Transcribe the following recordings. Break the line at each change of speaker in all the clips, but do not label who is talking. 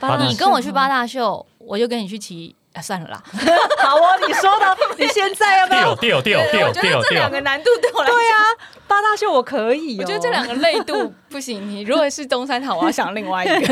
八大
你跟我去八大秀，我就跟你去骑。啊、算了 啦，
好哦，你说 的，你现在要不要
掉？掉掉
对
掉
我觉得
掉
这两
掉，
个难度对我来
对
讲，
啊，八大秀我可以、哦，
我觉得这两个累度不行。你如果是东山塔，我要想另外一个。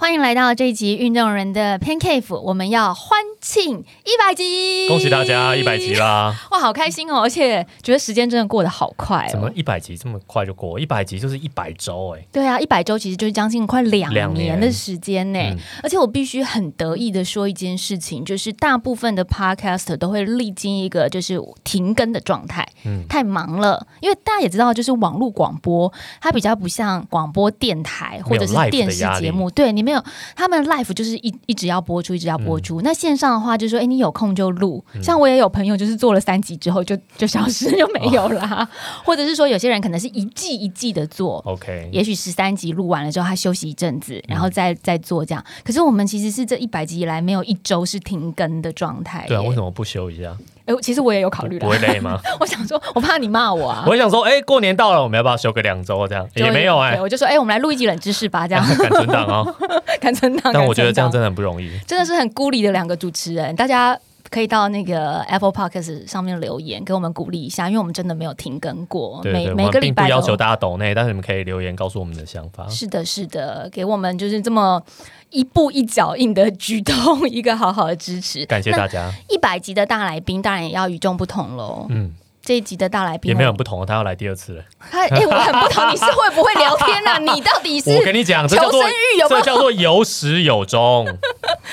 欢迎来到这一集运动人的 Pancake，我们要欢庆一百集，
恭喜大家一百集！啦！
哇，好开心哦，而且觉得时间真的过得好快哦。
怎么一百集这么快就过？一百集就是一百周哎，
对啊，一百周其实就是将近快两
两
年
年
的时间呢、
嗯
而且我必须很得意的说一件事情，就是大部分的 podcast 都会历经一个就是停更的状态，
嗯
太忙了。因为大家也知道，就是网络广播它比较不像广播电台或者是
live 的
电视
压力
节目，对你没有他们 l i f e 就是一一直要播出，一直要播
嗯
出。那线上的话，就是说，哎，你有空就录。像我也有朋友，就是做了三集之后就就消失，就没有啦。
哦
或者是说，有些人可能是一季一季的做，
，OK，
也许十三集录完了之后，他休息一阵
嗯
子，然后再、再做这样。可是我们其实是这一百集以来没有一周是停更的状态。
对啊，为什？么不休一下？
哎、其实我也有考虑
不
了
不，会累吗？
我想说，我怕你骂我啊
我。也想说，哎，过年到了，我们要不要休个两周这样？
就
也没有哎
对，我就说，哎、我们来录一集冷知识吧，这 样
敢存 档哦。
看成档。
但我觉得这样
真
真的很不容易。
真的是很孤立的两个主持人，大家。可以到那个 Apple Podcast 上面留言，给我们鼓励一下，因为我们真的没有停更过，
对对，
哦每
我
每
们
个礼
并不
拜都
要求大家懂内，但是你们可以留言告诉我们的想法。
是的，是的，给我们就是这么一步一脚印的 举动，一个好好的支持。
感谢
那
大家。
一百集的大来宾当然也要与众不同喽。
嗯，
这一集的大来宾
也没有很不同，他要来第二次了。
他哎、我很不同，你是会不会聊天 啊？你到底是
我
什
跟你讲，这
求
叫做
生欲有没有
这叫做有始有 终，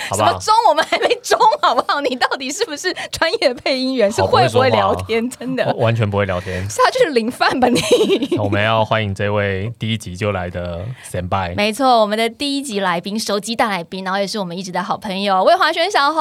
好不
么
好？
中？我们还没中，好不好？你到底是不是专业配音员？是
好不会
会不会
说话
聊
哦
天？真
我
的。
完全不会聊天
下去领饭吧你。
我们要欢迎这位第一集就来的 standby，
没错，我们的第一集来宾，手机大来宾，然后也是我们一直的好朋友魏华轩小红，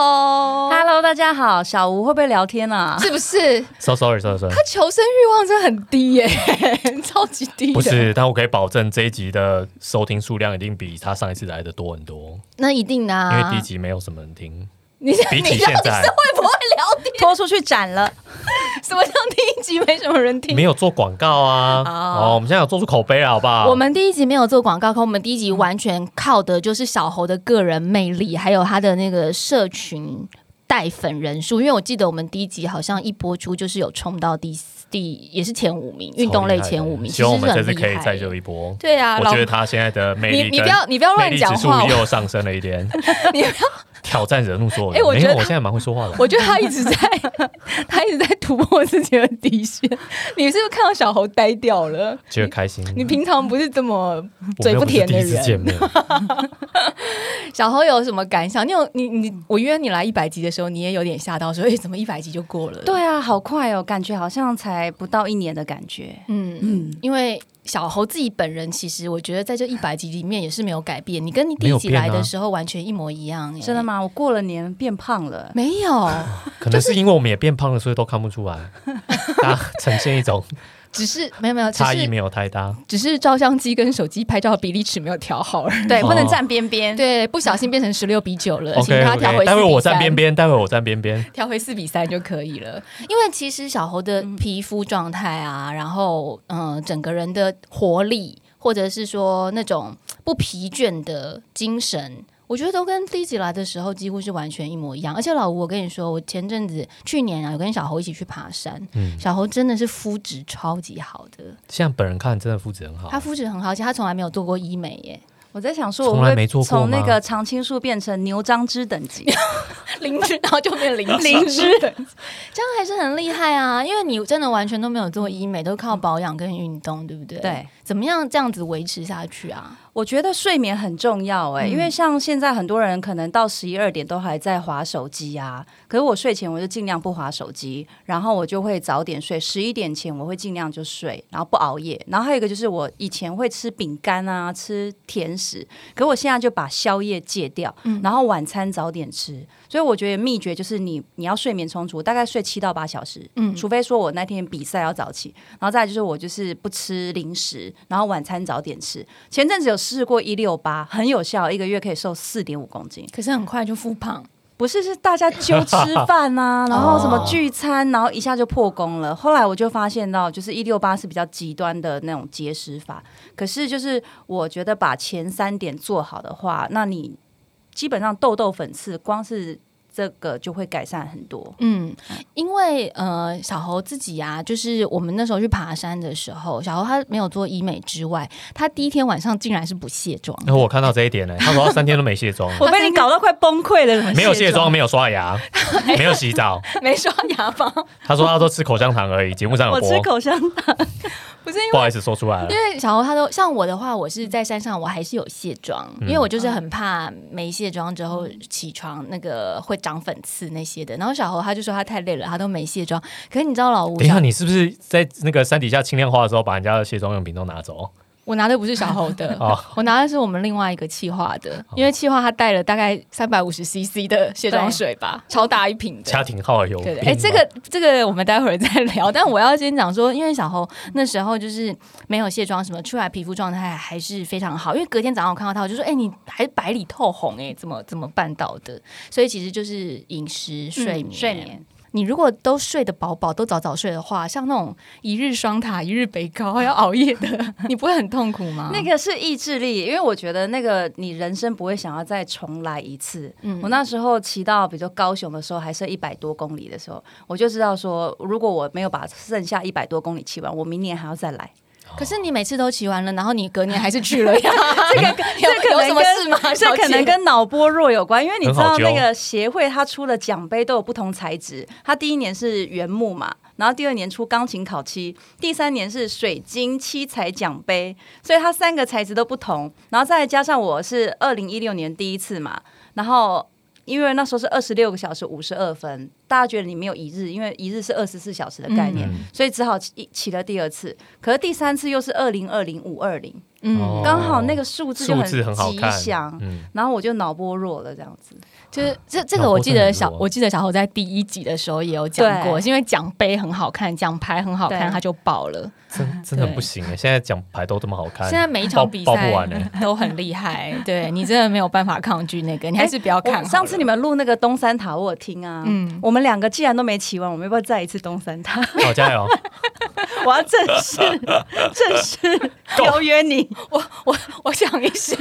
Hello，大家好，小吴会不会聊天 啊？
是不是？
so sorry so sorry，
他求生欲望真的很低耶、 超级低的。
不是，但我可以保证这一集的收听数量一定比他上一次来的多很多，
那一定的、
因
啊，
为第一集没有什么人听。
你
比起
你到
现
底
在
是会不会聊天？
拖出去斩了，
什么叫第一集没什么人听
没？有做广告啊，
哦
哦，我们现在有做出口碑了，好不好？
我们第一集没有做广告，可我们第一集完全靠的就是小猴的个人魅力，还有他的那个社群带粉人数。因为我记得我们第一集好像一播出就是有冲到第四第也是前五名，运动类前五名，
希望我们
其
这
实是
次
很
可以
厉害
再救一波。
对啊，
我
老
觉得他现在的魅
你
力
你
跟
不要你不要
魅
乱
力
讲
指数
话，我
又上升了一点。
你不要
挑战惹怒所有人。
哎我
没
觉
有，
得
我
他
现在蛮会说话的。
我 觉得他一直在，他一直在突破自己的底线。你是不是看到小猴呆掉了？
觉得开心。
你平常不是这么
我
嘴
们又
不
不
甜
是第
的
一次见
人。
面，
小猴有什么感想？你有你你，我约你来一百集的时候，你也有点吓到，说：“哎、怎么一百集就过了？”，
对啊，好快哦，感觉好像才不到一年的感觉。
嗯嗯，因为小猴自己本人，其实我觉得在这一百集里面也是没有改变。你跟你第一集
没有变啊
来的时候完全一模一样、哎
真的？吗？我过了年变胖了，
没有，
可能是因为我们也变胖了，所以都看不出 来，大家呈现一种
只是没有没有，只
差异
是
没有太大。
只是照相机跟手机拍照的比例尺没有调好而已。
对，
哦
不能站边边。
对，不小心变成十六比九了，请
OK
他调回
OK，
4
待会我站
比
边
三
边，待会我站边边。
调回四比三就可以了。因为其实小猴的皮肤状态啊，然后嗯、呃整个人的活力，或者是说那种不疲倦的精神。我觉得都跟第一集来的时候几乎是完全一模一样，而且老吴，我跟你说，我前阵子去年啊，有跟小猴一起去爬山，
嗯
小猴真的是肤质超级好的，
现在本人看真的肤质很好
他，肤质很好，而且他从来没有做过医美耶，
我在想说，我
从来没
会
做过
从那
吗
个常青树变成牛樟芝等 级，
灵芝， 然后就变灵灵 芝，这样还是很厉害啊！因为你真的完全都没有做医美，都靠保养跟运动，对不对？
对，
怎么样这样子维持下去啊？
我觉得睡眠很重要哎、
嗯
因为像现在很多人可能到十一二点都还在划手机啊。可是我睡前我就尽量不划手机，然后我就会早点睡，十一点前我会尽量就睡，然后不熬夜。然后还有一个就是我以前会吃饼干啊，吃甜食，可我现在就把宵夜戒掉，然后晚餐早点吃。所以我觉得秘诀就是你你要睡眠充足，大概睡七到八小时，
嗯
除非说我那天比赛要早起，然后再来就是我就是不吃零食，然后晚餐早点吃。前阵子有试过一六八，很有效，一个月可以瘦四点五公斤。
可是很快就复胖，
不是，是大家揪吃饭 呐、然后什么聚餐，然后一下就破功了。后来我就发现到，就是一六八是比较极端的那种节食法。可是，就是我觉得把前三点做好的话，那你基本上痘痘、粉刺，光是这个就会改善很多。，
嗯，因为呃，小侯自己啊，就是我们那时候去爬山的时候，小侯他没有做医美之外，他第一天晚上竟然是不卸妆 的
然后我看到这一点呢、他说他三天都没卸妆
我被你搞到快崩溃 了，怎么
没有卸妆，？没有刷牙，没有洗澡。
没刷牙吗？
他说他都吃口香糖而已，节目上有
我
播
吃，口香糖，
不是因
不
为。
好意思说出来了
因。为小侯他都像我的话，我
嗯
是在山上，我还是有卸妆，因为我就是很怕没卸妆之后起床那个会长粉刺那些的。然后小侯他就说他太累了，他都没卸妆。可是你知道老吴
等一，下，你是不是在那个山底下轻量化的时候，把人家的卸妆用品都拿走？
我拿的不是小侯的
哦，
我拿的是我们另外一个气化的，因为气化他带了大概三百五十 CC 的卸妆水吧，超大一瓶
家
的。
庭号有
对对，
病吗。
哎、这个这个我们待会儿再聊。 但我要先讲说，因为小侯那时候就是没有卸妆什么，出来皮肤状态还是非常好。因为隔天早上我看到他，我就说：“哎、你还白里透红、哎，怎么怎么办到的？”所以其实就是饮食、睡眠、
睡眠。
你如果都睡得饱饱，都早早睡的话，像那种一日双塔、一日北高还要熬夜的， 你不会很痛苦吗？
那个是意志力，因为我觉得那个你人生不会想要再重来一次。我那时候骑到比如说高雄的时候，还剩一百多公里的时候，我就知道说，如果我没有把剩下一百多公里骑完，我明年还要再来。
可是你每次都骑完了，然后你隔年还是去了呀？ 这个
这
有
可
有什
能
么
跟
事吗？
这可能跟脑波弱有关，因为你知
很
道
好揪
那个协会它出了奖杯都有不同材质，它第一年是原木嘛，然后第二年出钢琴烤漆，第三年是水晶七彩奖杯，所以它三个材质都不同，然后再加上我是二零一六年第一次嘛，然后。因为那时候是二十六个小时五十二分，大家觉得你没有一日，因为一日是二十四小时的概念，
嗯
所以只好起起了第二次。可是第三次又是二零二零五二零，
嗯
哦
刚好那个数字就
数字很好
吉
看，
祥，
嗯，
然后我就脑波弱了，这样子。
就是这这个，我记得小
脑波真的很弱
我记得小侯在第一集的时候也有讲过，
对
是因为奖杯很好看，奖牌很好看，
对
他就爆了。
真 真的不行哎、现在奖牌都这么好看，
现在每一场比
报报不完哎、
赛都很厉害，对你真的没有办法抗拒那个，你还是不要看好
哎我
了。
上次你们录那个东山塔，我有听啊。
嗯
我们两个既然都没骑完，我们要不要再一次东山塔？
好哦加 油！
我要正式 正式邀约你。
我我想一下，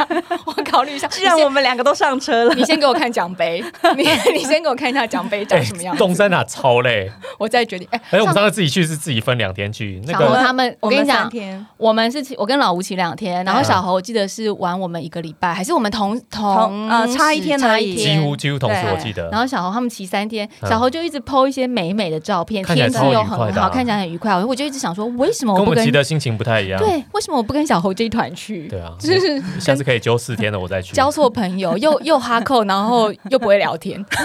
我考 虑一下。
既然我们两个都上车了
你，先你先给我看奖杯，你 你先给我看一下奖杯
哎
长什么样，
东山塔超累，
我再决定。哎
而且我们上次自己去是自己分两天去，那
小
个
猴他们我跟你讲
三天
我们是骑我跟老吴骑两天，然后
嗯
小侯我记得是玩我们一个礼拜，还是我们同同
同呃差一天
差
而
一
已
几
天
乎几乎同时，
对
我记得
然。后小侯他们骑三天，
嗯
小侯就一直 PO 一些美美的照片，
看起来
天气又
超愉快
很
的啊
好，看起来很愉快。我就一直想说，为什么
跟
我
我
不
们
跟
骑的心情不太一样，
对，为什么我不跟小侯这一团去？
对啊
就是
下次可以揪四天的我 再去，
交错朋友，又又哈扣，然后又不会聊天。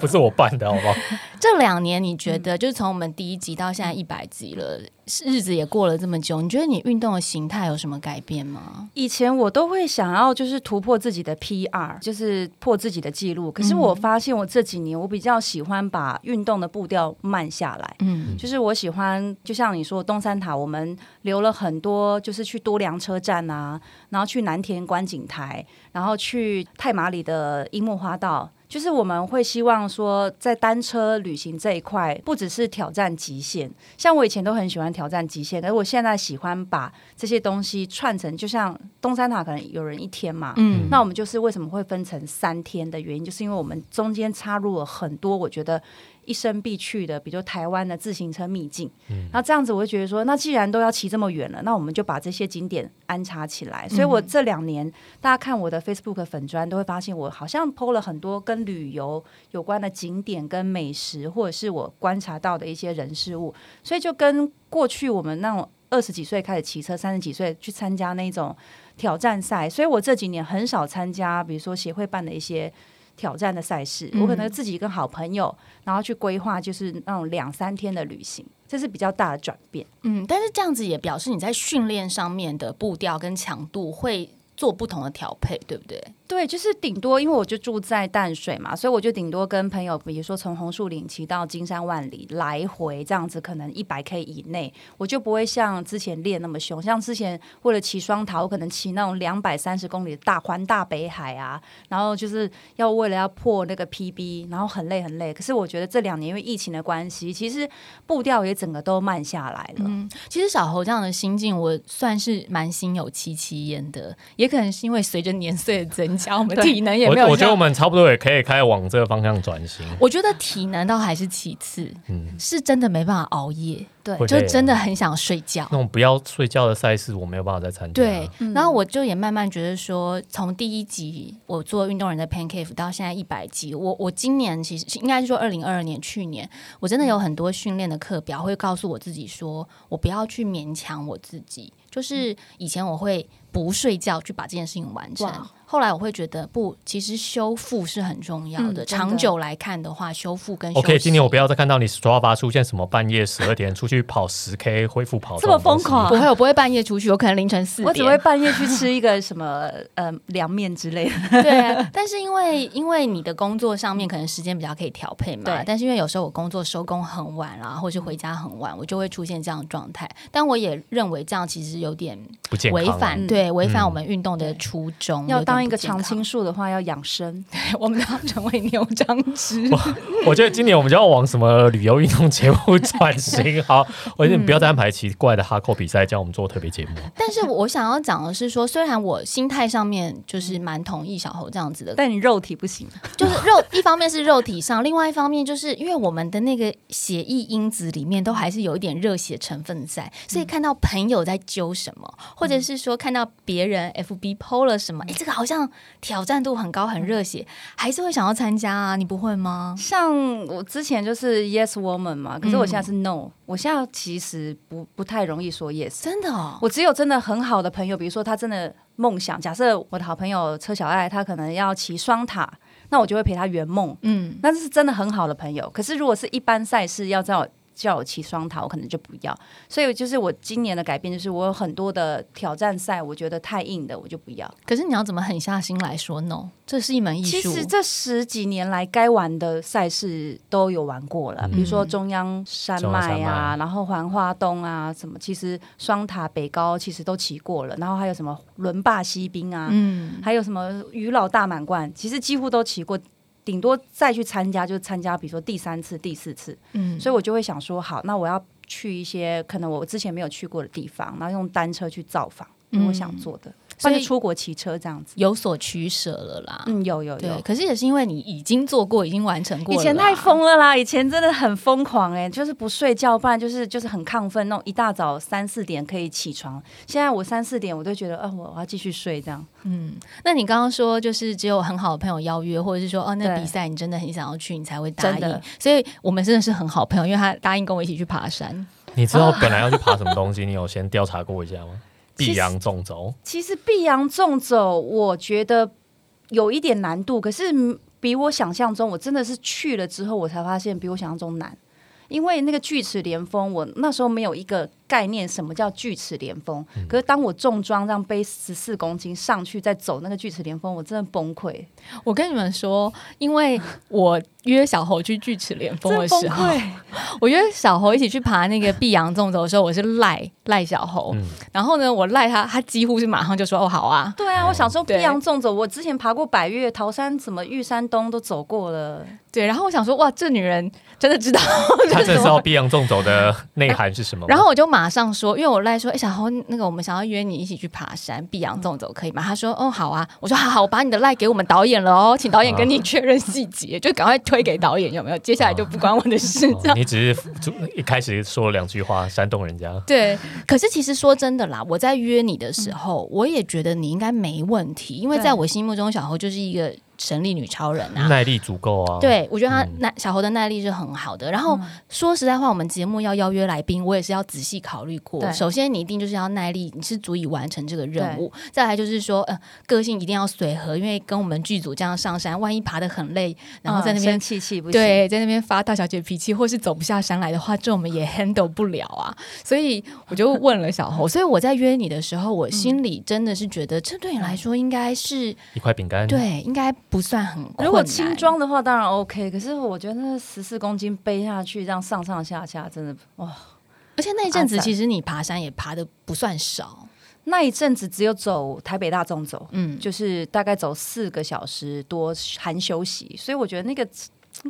不是我办的好不好？
这两年你觉
嗯
得，就是从我们第一集到现在一百集了，日子也过了这么久，你觉得你运动的形态有什么改变吗？
以前我都会想要就是突破自己的 PR，就是破自己的记录。可是我发现我这几年我比较喜欢把运动的步调慢下来。
嗯
就是我喜欢，就像你说东山塔，我们留了很多，就是去多良车站啊，然后去南田观景台，然后去太马里的樱木花道。就是我们会希望说，在单车旅行这一块，不只是挑战极限。像我以前都很喜欢挑战极限，可是我现在喜欢把这些东西串成，就像东山塔可能有人一天嘛，
嗯
那我们就是为什么会分成三天的原因，就是因为我们中间插入了很多我觉得一生必去的，比如台湾的自行车秘境。那这样子，我会觉得说，那既然都要骑这么远了，那我们就把这些景点安插起来。所以我这两年，大家看我的 Facebook 粉砖，都会发现我好像 PO 了很多跟旅游有关的景点、跟美食，或者是我观察到的一些人事物。所以就跟过去我们那种二十几岁开始骑车，三十几岁去参加那种挑战赛，所以我这几年很少参加，比如说协会办的一些挑战的赛事，
嗯
我可能自己跟好朋友，然后去规划就是那种两三天的旅行，这是比较大的转变。
嗯，但是这样子也表示你在训练上面的步调跟强度会做不同的调配，对不对？
对，就是顶多因为我就住在淡水嘛，所以我就顶多跟朋友，比如说从红树岭骑到金山万里来回这样子，可能一百 K 以内，我就不会像之前练那么凶。像之前为了骑双塔，我可能骑那种两百三十公里的大环大北海啊，然后就是要为了要破那个 PB，然后很累很累。可是我觉得这两年因为疫情的关系，其实步调也整个都慢下来了。
嗯其实小侯这样的心境，我算是蛮心有戚戚焉的，也可能是因为随着年岁的增加，我们
对
体能 也没有
我我觉得
像
我们差不多也可以开始往这个方向转型。
我觉得体能倒还是其次，
嗯，
是真的没办法熬夜，
对
会
就
累啊
真的很想睡觉
那。种不要睡觉的赛事，我没有办法再参加。
对，
啊
然
嗯
后我就也慢慢觉得说，从第一集我做运动人的 Pan Cave 到现在一百集，我我今年其实应该是说二零二二年去年，我真的有很多训练的课表会告诉我自己说，我不要去勉强我自己。就是以前我会不睡觉去把这件事情完成
哇，
后来我会觉得不，其实修复是很重要的。
嗯真的
长久来看的话，修复跟休息
OK，今年我不要再看到你 Strava 出现什么半夜十二点出去跑十 K 恢复跑
这么疯狂
不会，我不会半夜出去，我可能凌晨四点。
我只会半夜去吃一个什么呃凉面之类的。
嗯对，啊但是因为因为你的工作上面可能时间比较可以调配嘛
对，
但是因为有时候我工作收工很晚啦，或是回家很晚，我就会出现这样的状态。但我也认为这样其实有点
不健康
违
啊。
反、
嗯
对违反
嗯
我们运动的初衷，
要
有点
当一
不
个
健
常青
康，
树的话，要养生。
我们都要成为牛樟芝。
我觉得今年我们就要往什么旅游运动节目转型。 好，我觉得你不要再安排奇怪的哈扣比赛，叫我们做特别节目。
但是我想要讲的是说，虽然我心态上面就是蛮同意小侯这样子的
但你肉体不行，
就是肉，一方面是肉体上，另外一方面就是因为我们的那个血液因子里面都还是有一点热血成分在，所
嗯
以看到朋友在揪什么，或者是说看到别人 FB PO 了什么，哎、这个好像挑战度很高，很热血，还是会想要参加啊？你不会吗？
像我之前就是 yes woman 嘛，可是我现在是 no，、我现在其实不不太容易说 yes。
真的哦，
我只有真的很好的朋友，比如说他真的梦想，假设我的好朋友车小爱，他可能要骑双塔，那我就会陪他圆梦。
嗯，
那是真的很好的朋友。可是如果是一般赛事要叫我叫我骑双塔，我可能就不要。所以就是我今年的改变，就是我有很多的挑战赛，我觉得太硬的我就不要。
可是你要怎么狠下心来说 no？这是一门艺
其
术。
实这十几年来，该玩的赛事都有玩过了，比如说中央山
中
脉
央山
啊，
脉
然后环花东啊，什么，其实双塔、北高其实都骑过了，然后还有什么伦霸西兵啊，
嗯，
还有什么鱼老大满贯，其实几乎都骑过。顶多再去参加，就参加，比如说第三次、第四次，
嗯
所以我就会想说，好，那我要去一些可能我之前没有去过的地方，然后用单车去造访，
嗯
我想做的，
所
或
以
者出国骑车这样子。
有所取舍了啦。
嗯，有有有
对，，可是也是因为你已经做过，已经完成过
以
了啦。啊
前太疯了啦，以前真的很疯狂哎、就是不睡觉，不然就是就是很亢奋，那种一大早三四点可以起床。现在我三四点我都觉得，啊，我我要继续睡这样。
嗯那你刚刚说，就是只有很好的朋友邀约，或者是说，哦，那
对
比赛你真的很想要去，你才会答
真的
应。所以我们真的是很好朋友，因为他答应跟我一起去爬山。
你知道本来要去爬什么东西，你有先调查过一下 吗？
其实
碧阳纵轴，
其实碧阳纵走，我觉得有一点难度，可是嗯比我想象中，我真的是去了之后，我才发现比我想象中难。因为那个锯齿连峰，我那时候没有一个概念什么叫锯齿连峰。
嗯
可是当我重装这样背十四公斤上去，再走那个锯齿连峰，我真的崩溃，
我跟你们说，因为我约小侯去锯齿连峰
真
的
崩
时候，
溃。
我约小侯一起去爬那个碧阳纵走的时候，我是赖赖小侯，
嗯
然后呢，我赖他，他几乎是马上就说，哦，好啊。
对啊，我小时候
对
碧阳纵走，我之前爬过百越、桃山，什么玉山东都走过了。
对，然后我想说，哇，这女人真的知道。
他真的知道碧阳纵轴的内涵是什么吗？
然后我就马上说，因为我赖说，哎、小侯，那个我们想要约你一起去爬山，碧阳纵走可以吗？他说，哦，好啊。我说，好好，我把你的赖给我们导演了哦，请导演跟你确认细节，就赶快推给导演有没有？接下来就不关我的事，这
哦
样。
你只是就一开始说了两句话煽动人家，
对，可是其实说真的啦，我
嗯
在约你的时候，我也觉得你应该没问题，因为
对
在我心目中，小侯就是一个神力女超人啊。
耐力足够啊。，
对，我觉得他
嗯
耐、小猴的耐力是很好的。然后、
嗯
说实在话，我们节目要邀约来宾，我也是要仔细考虑过。
对
首先，你一定就是要耐力，你是足以完成这个任务。再来就是说，呃，个性一定要随和，因为跟我们剧组这样上山，万一爬得很累，然后在那边
啊嗯生气气不行，
对，在那边发大小姐脾气，或是走不下山来的话，这我们也 handle 不了啊。所以我就问了小 侯，所以我在约你的时候，我心
嗯
里真的是觉得，这对你来说应该是
一块饼干。，
对，应该不算很困难。
如果轻装的话，当然 OK。可是我觉得那十四公斤背下去，这样上上下下，真的哇！
而且那一阵子
阿仔
其实你爬山也爬的不算少，
那一阵子只有走台北大众走，
嗯，
就是大概走四个小时多含休息，所以我觉得那个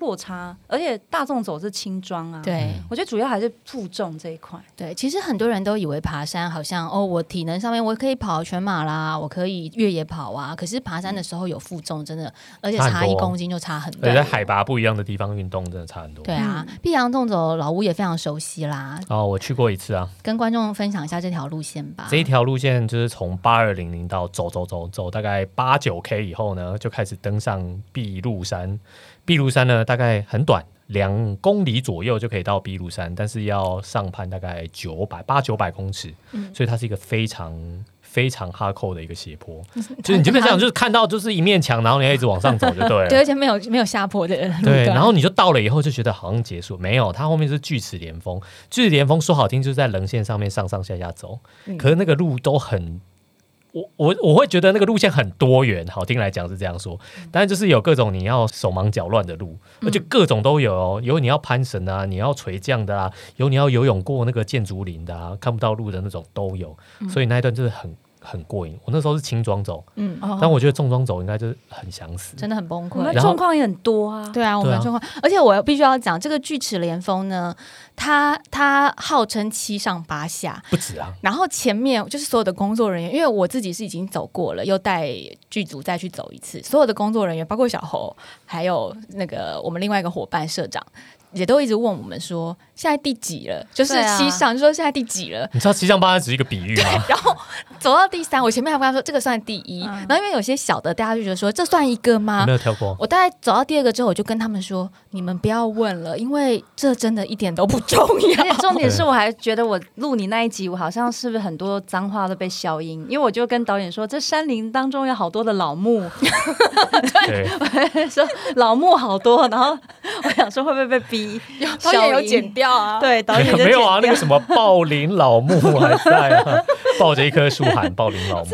落差，而且大众走是轻装啊，，
对
嗯
我觉得主要还是负重这一块。
对。其实很多人都以为爬山好像哦，我体能上面我可以跑全马啦，我可以越野跑啊。可是爬山的时候有负重，真的，而且
差很
差一
多
公斤就差很多
而且。在海拔嗯不一样的地方运动真的差很多。
对啊，碧阳纵走老吴也非常熟悉啦，
哦，我去过一次啊，
跟观众分享一下这条路线吧。
这一条路线就是从八二零零到走走走走，大概八九 K 以后呢，就开始登上碧露山。碧露山呢，大概很短，两公里左右就可以到碧露山，但是要上攀大概九百八九百公尺，所以它是一个非常。非常哈扣的一个斜坡，就是你基本上就是看到就是一面墙，然后你要一直往上走就对了。
对，而且没有没有下坡的路段
对，然后你就到了以后就觉得好像结束，没有，它后面是锯齿连峰。锯齿连峰说好听就是在棱线上面上上下下走，
嗯
可是那个路都很，我我我会觉得那个路线很多元，好听来讲是这样说，但是就是有各种你要手忙脚乱的路，而且各种都有哦，有你要攀绳啊，你要垂降的啊，有你要游泳过那个建筑林的啊，看不到路的那种都有，所以那一段真的很很过瘾。我那时候是轻装走，
嗯，
但我觉得重装走应该就是很想死。
真的很崩
我们
溃。
然后
状况也很多啊，
对啊，我
对
们
啊
状况，而且我必须要讲，这个锯齿连峰呢，它它号称七上八下，
不止啊，
然后前面就是所有的工作人员，因为我自己是已经走过了，又带剧组再去走一次，所有的工作人员，包括小侯，还有那个我们另外一个伙伴社长，也都一直问我们说，现在第几了？就是
对啊
西上，就说现在第几了？
你知道七上八下只是一个比喻吗？
然后走到第三，我前面还跟他说这个算第一，然后因为有些小的，大家就觉得说这算一个吗
有没？有跳 过？
我大概走到第二个之后，我就跟他们说：“你们不要问了，因为这真的一点都不重
而且
要。
重点是，我还觉得我录你那一集，我好像是不是很多脏话都被消音？因为我就跟导演说，这山林当中有好多的老木，
对，
说老木好多，然后我想说会不会被逼
有导
消音？
演有剪掉啊，
对，导演
没有
就剪
没有啊，那
掉
个什么抱林老木还在啊，抱着一棵树喊抱林老木，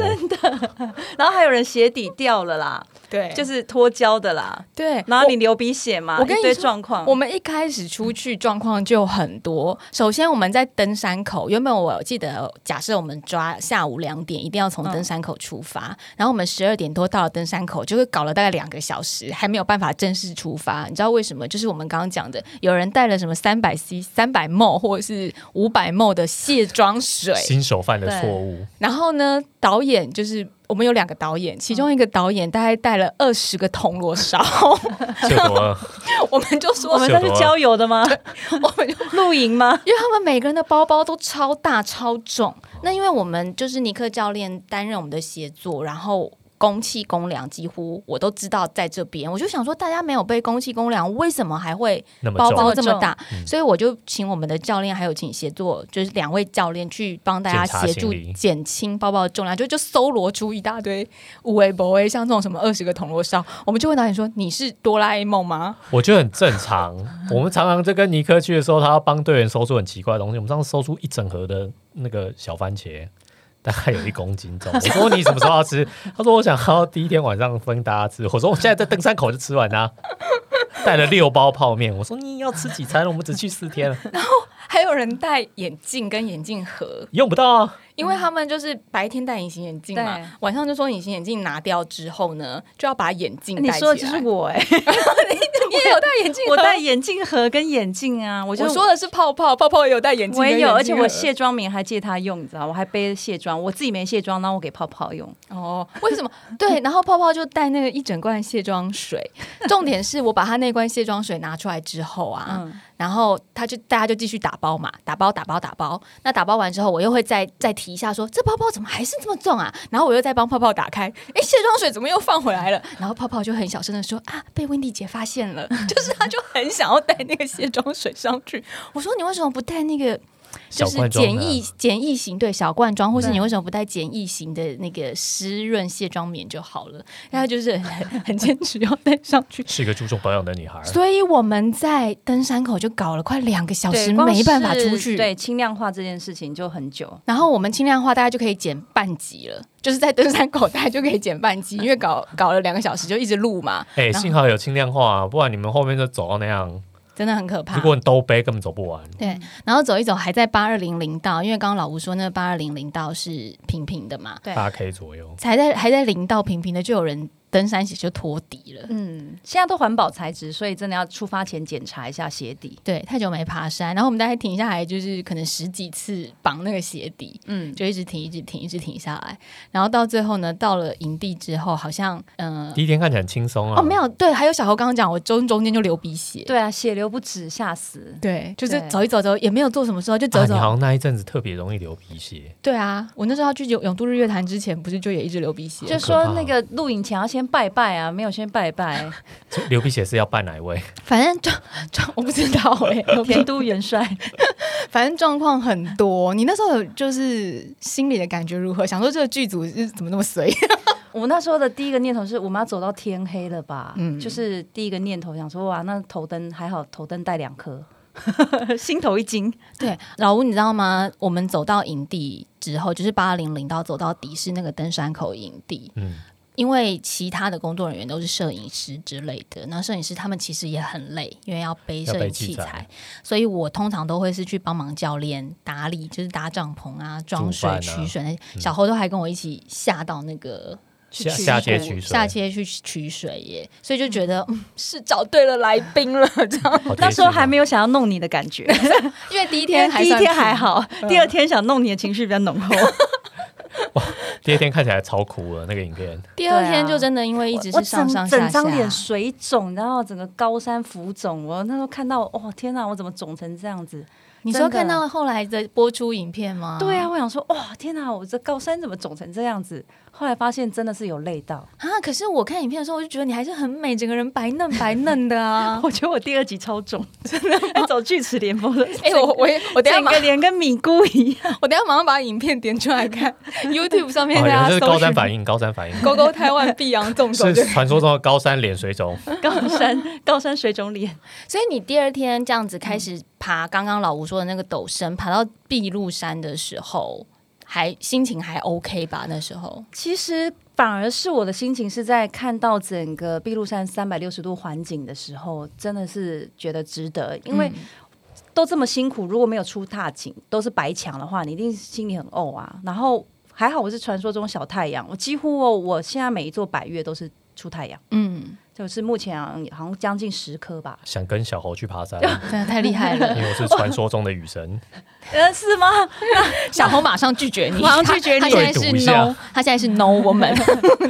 然后还有人鞋底掉了啦，
对，
就是是脱胶的啦，
对。
然后你流鼻血嘛，
我跟你
啊一堆
说
状况，
我们一开始出去状况就很多。首先，我们在登山口，原本我记得，假设我们抓下午两点，一定要从
嗯
登山口出发，然后我们十二点多到了登山口，就会搞了大概两个小时，还没有办法正式出发。你知道为什么？就是我们刚刚讲的，有人带了什么三百 C、三百 ml 或者是五百 ml 的卸妆水，
新手犯的错误，
然后呢，导演就是我们有两个导演，其
嗯
中一个导演大概带了二十个铜锣烧，
这多了
我们就
我
说，
们那是郊游的吗？
我 们就。
露营 吗？
因为他们每个人的包包都超大超重，那因为我们就是尼克教练担任我们的协作，然后公器公良，几乎我都知道在这边，我就想说大家没有被公器公良，为什么还会
那么
包
重
包这么大
嗯，
所以我就请我们的教练，还有请协作，就是两位教练去帮大家协助
检查行李
减轻包包的重量，就就搜罗出一大堆五维博维，像这种什么二十个铜锣烧，我们就问导演说：“你是哆啦 A 梦吗
我觉得很正常。我们常常就跟尼克去的时候，他要帮队员搜出很奇怪的东西。我们上次搜出一整盒的那个小番茄，大概有一公斤重。我说你什么时候要吃？他说我想要第一天晚上分大家吃。我说我现在在登山口就吃完啦、带了六包泡面。我说你要吃几餐？我们只去四天了，？”
还有人戴眼镜跟眼镜盒，
用不到啊。
因为他们就是白天戴隐形眼镜嘛
对，
晚上就说隐形眼镜拿掉之后呢，就要把眼镜
你
戴起
说
来。
的就是我哎、
你也有戴眼镜盒，啊
我戴眼镜盒跟眼镜啊，我
我
就
说的是泡泡，泡泡也有戴眼镜
我
跟眼镜
也有，
盒，
而且我卸妆棉还借他用，你知道，我还背卸妆，我自己没卸妆，然后我给泡泡用。
哦，为什么？对，然后泡泡就带那个一整罐卸妆水，重点是我把他那罐卸妆水拿出来之后啊，
嗯，
然后他就大家就继续打包嘛，打包打包打包。那打包完之后，我又会再再提一下说，这包包怎么还是这么重啊？然后我又再帮泡泡打开， 哎，卸妆水怎么又放回来了？ 然后泡泡就很小声的说啊，被温迪姐发现了， 就是她就很想要带那个卸妆水上去。我说你为什么不带那个？就
小
是
罐装的嗯
简易简易型对小罐装，或是
对
你为什么不带简易型的那个湿润卸妆棉就好了？然后就是很 很坚持要带上去，
是一个注重保养的女孩。
所以我们在登山口就搞了快两个小时，
光
没办法出
是
去。
对，轻量化这件事情就很久。
然后我们轻量化大概就可以减半级了，就是在登山口大概就可以减半级，因为搞搞了两个小时就一直录嘛，
哎、
然后
幸好有轻量化、啊，不然你们后面就走到那样。
真的很可怕。
如果你都背，根本走不完。
对，然后走一走还在八二零零道，因为刚刚老吴说那八二零零道是平平的嘛，
对
八 K 左右，
才在还在零道平平的，就有人登山鞋就脱底了。
嗯，现在都环保材质，所以真的要出发前检查一下鞋底。
对，太久没爬山，然后我们大概停下来，就是可能十几次绑那个鞋底，
嗯，
就一直停，一直停，一直停下来。然后到最后呢，到了营地之后，好像嗯、呃
第一天看起来很轻松啊。
哦没有，对，还有小侯刚刚讲，我中中间就流鼻血，
对啊，血流不止，吓死。
对，就是
对
走一走走，也没有做什么事，就走一走。
啊，你好像那一阵子特别容易流鼻血。
对啊，我那时候要去永永渡日月潭之前，不是就也一直流鼻血？
就
可怕
说那个录影前要先拜拜啊，没有先拜拜，
这流鼻血是要办哪一位？
反正状状我不知道哎、
天都元帅。
反正状况很多。你那时候有就是心里的感觉如何？想说这个剧组是怎么那么随？
我那时候的第一个念头是，我们要走到天黑了吧？
嗯
就是第一个念头想说，哇，那头灯还好，头灯带两颗， 心头一惊。
对，老吴，你知道吗？我们走到营地之后，就是八零零到走到底是那个登山口营地，
嗯，
因为其他的工作人员都是摄影师之类的，那摄影师他们其实也很累，因为要背
要
摄
背
影
器
器材，
材
所以我通常都会是去帮忙教练打理，就是搭帐篷啊、装水、
煮饭啊
取水那些。小侯都还跟我一起下到那个。去
下下街取水
下街去取水耶，所以就觉得嗯是找对了来宾了， 这样。
好贴心啊
那时候还没有想要弄你的感觉，
因为 第一
第
天还
第一
算嗯
天
平
还好，第二天想弄你的情绪比较浓厚。
第二天看起来超苦了，那个影 片。
第二
对啊
天就真的因 为一直
我
是上上
整
下
整
下，
张脸水肿，然后整个高山浮肿。我那时候看到，哦天哪，我怎么肿成这样子？
你说
真的
看到后来的播出影片吗？
对啊，我想说，哇天哪，我这高山怎么肿成这样子？后来发现真的是有累到。
啊！可是我看影片的时候，我就觉得你还是很美，整个人白嫩白嫩的 啊。
我觉得我第二集超肿，真的哎走锯齿联盟的。
哎、我我也我等一下
整
马
个脸跟米姑一样，
我等一下马上把影片点出来 看，YouTube 上面大
哦，原
家
来这
啊搜寻
是高山反应，高 山反应
勾勾台湾碧阳纵走
是
就。
传说中的高山脸 水肿。
高山高山水肿脸，
所以你第二天这样子开始爬，刚刚老吴说的那个陡升，爬到碧露山的时候，还心情还 OK 吧？那时候
其实反而是我的心情是在看到整个碧露山三百六十度环景的时候，真的是觉得值得，因为都这么辛苦，如果没有出踏景，都是白抢的话，你一定心里很怄啊。然后还好我是传说中小太阳，我几乎哦，我现在每一座百月都是出太阳，
嗯，
就是目前好像将近十颗吧，
想跟小猴去 爬山，
真的太厉害 了。
因为我是传说中的雨神。
呃，是 吗？
小红马上拒绝你，
马上拒绝你
他他现在
对赌一
是
下
no，他现在是 no woman，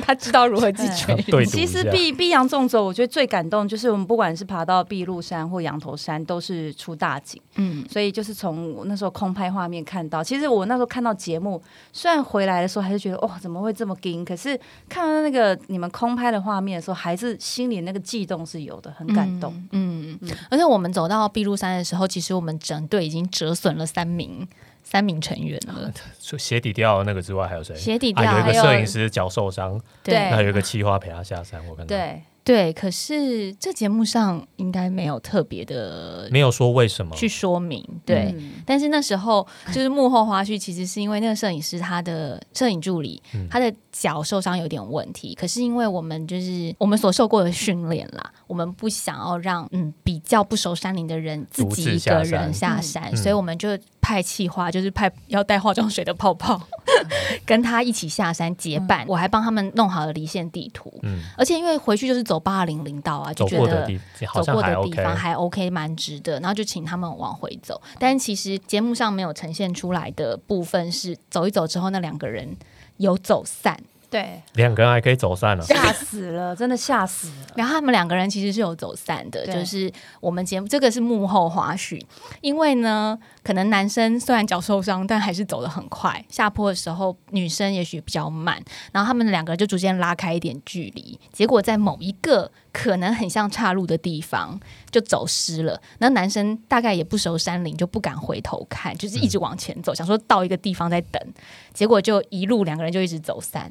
他 知道如何拒绝你。
对赌一
其实
下
碧碧阳纵走，我觉得最感动就是我们不管是爬到碧露山或羊头山，都是出大景，
嗯，
所以就是从我那时候空拍画面看到。其实我那时候看到节目，虽然回来的时候还是觉得哇、怎么会这么惊？可是看到那个你们空拍的画面的时候，还是心里那个悸动是有的，很感动。
嗯，嗯而且我们走到碧露山的时候，其实我们整队已经折损了三名三名成员了，
除鞋底掉的那个之外，还有谁？
鞋底掉
啊啊，有一
还
个
有
摄影师脚受伤，
对
那有一个企划陪他下山，我看到。
对，
哎对，可是这节目上应该没有特别的
没有说为什么，
去说明，对。
嗯
但是那时候就是幕后花絮，其实是因为那个摄影师他的摄影助理、
嗯
他的脚受伤有点问题，可是因为我们就是我们所受过的训练啦，我们不想要让嗯比较不熟山林的人自
独
己
自
一
下
个
山
人下山，
嗯
所以我们就派气化，就是派要带化妆水的泡泡， 跟他一起下山结伴，我还帮他们弄好了离线地图，
嗯，
而且因为回去就是走八二零零道啊，就
走
觉
过
得
的地好
走
像
过
还
的地
OK，
方还 OK，蛮值得。然后就请他们往回走，但其实节目上没有呈现出来的部分是走一走之后，那两个人有走散。
对，
两个人还可以走散了、
吓死了，真的吓死了。
然后他们两个人其实是有走散的，
对
就是我们节目这个是幕后花絮，因为呢，可能男生虽然脚受伤，但还是走得很快，下坡的时候女生也许比较慢，然后他们两个就逐渐拉开一点距离，结果在某一个可能很像岔路的地方就走失了，那男生大概也不熟山林，就不敢回头看，就是一直往前走，想说到一个地方再等，结果就一路两个人就一直走散，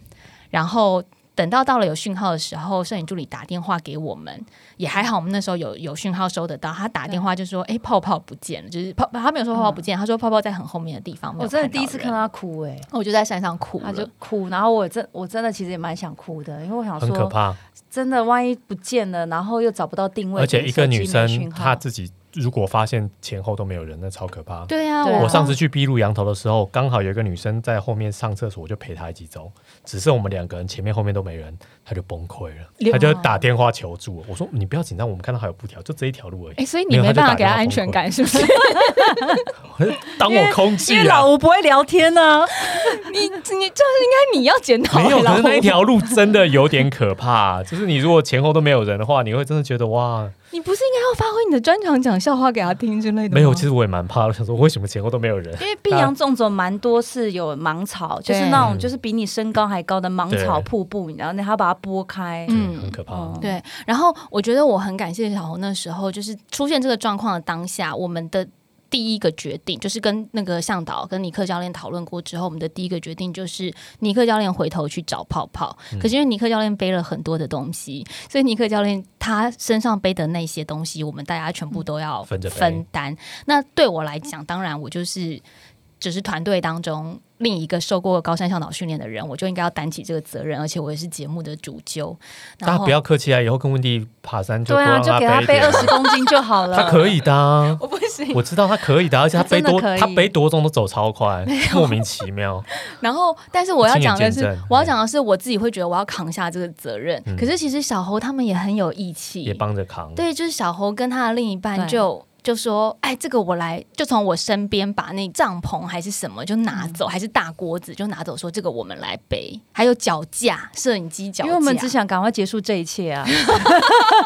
然后等到到了有讯号的时候，摄影助理打电话给我们，也还好，我们那时候有有讯号收得到。他打电话就说：“哎、泡泡不见了。”就是泡，他没有说泡泡不见，他说泡泡在很后面的地方。没
我
有
真的
到
第一次看
人
到，他哭哎、
我就在山上哭
他就
了。
哭，然后我真我真的其实也蛮想哭的，因为我
啊
想
很可
说，
怕。
真的万一不见了，然后又找不到定位，
而且一个女
手机没
生
讯号
她自己如果发现前后都没有人，那超可怕。
对啊，
对啊
我上次去逼路羊头的时候，刚好有一个女生在后面上厕所，我就陪她一起走，只剩我们两个人，前面后面都没人，她就崩溃了，
流氓
她就打电话求助我。我说你不要紧张，我们看到还有布条，就这一条路而
哎、
已。
所以
没
你
有
没办法
他就
给
打
他
电话
安全感， 是不是？哎
当我空
因为
气啊
老，吴不会聊天啊呢、
你你就是应该你要检讨、
没有，可
老
是那
婆
一条 路真的有点可怕。就是你如果前后都没有人的话，你会真的觉得哇，
你不是应该要发挥你的专长，讲笑话给他听之类的吗？
没有。其实我也蛮怕的，我想说为什么前后都没有人？
因为碧阳纵走蛮多是有芒草，就是那种就是比你身高还高的芒草
对
瀑布，然后你还要把它拨开。
嗯，
嗯
很可怕。
嗯
对，然后我觉得我很感谢小红那时候，就是出现这个状况的当下，我们的第一个决定就是跟那个向导跟尼克教练讨论过之后，我们的第一个决定就是尼克教练回头去找泡泡。
嗯
可是因为尼克教练背了很多的东西，所以尼克教练他身上背的那些东西，我们大家全部都要
分着背
分担。那对我来讲，当然我就是只是团队当中另一个受过高山向导训练的人，我就应该要担起这个责任，而且我也是节目的主揪。然
大家
后
不要客气啊，以后跟温蒂爬山就
对
多
啊，
让
就给
她
他
背
背
一点
二十公斤就好 了。
他可以的、 啊，我
不行。
知道他可以的，而且他背多，
他真的可以
他背多重都走超快，莫名其妙。
然后，但是我要讲的
亲
是
眼见证，
我要讲的是，我自己会觉得我要扛下这个责任。
嗯
可是其实小侯他们也很有义气
也，帮着扛。
对，就是小侯跟他的另一半
对
就。就说，哎，这个我来，就从我身边把那帐篷还是什么就拿走，
嗯
还是大锅子就拿走，说这个我们来背，还有脚架、摄影机脚架，
因为我们
啊
只想赶快结束这一切啊。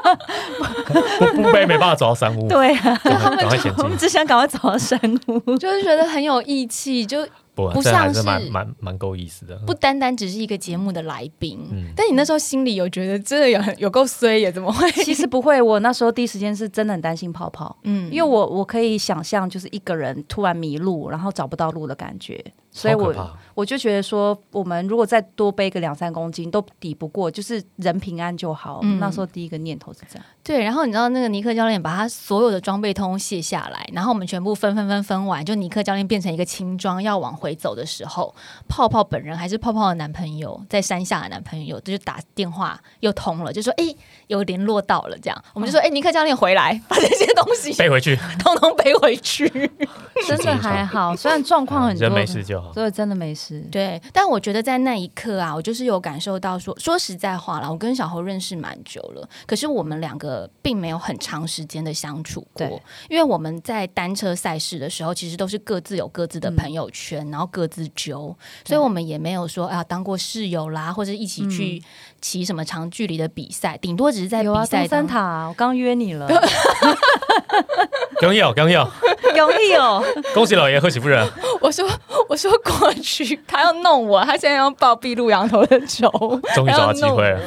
不不背没办法走到山屋，
对啊，
赶快赶快前
我们
进。
只想赶快走到山 屋。
就是觉得很有义气，就
不，啊
不
这还
像
是
是
蛮蛮蛮够意思的。
不单单只是一个节目的来宾。
嗯
但你那时候心里有觉得真的有很有够衰耶？怎么会？
其实不会，我那时候第一时间是真的很担心泡泡，
嗯
因为我我可以想象就是一个人突然迷路，然后找不到路的感觉，所以
超可
我
怕
我就觉得说，我们如果再多背个两三公斤都抵不过，就是人平安就好。
嗯
那时候第一个念头是这样，
对，然后你知道那个尼克教练把他所有的装备通通卸下来，然后我们全部分分分分完，就尼克教练变成一个轻装要往回走的时候，泡泡本人还是泡泡的男朋友在山下的男朋友，就打电话又通了，就说哎、有联络到了这样，我们就说哎、尼克教练回来，把这些东西
背回 去，
通通背回去。
真的还好，虽然状况很多，
人啊没事就好。
所以真的没事。
对，但我觉得在那一刻啊，我就是有感受到说，说实在话啦，我跟小侯认识蛮久了，可是我们两个并没有很长时间的相处过
对，
因为我们在单车赛事的时候，其实都是各自有各自
嗯
的朋友圈，然后各自揪，所以我们也没有说啊当过室友啦，或者一起去骑什么长距离的比赛，顶多只是在
嗯有啊，
比
东
赛
山
当中。
塔啊，我刚约 你了，
刚要刚要，
容易哦。
恭喜老爷，贺喜夫人。
我说 我说过去，他要弄我，他现在要抱筚路羊头的 仇。
终于找到 机
哎
会了，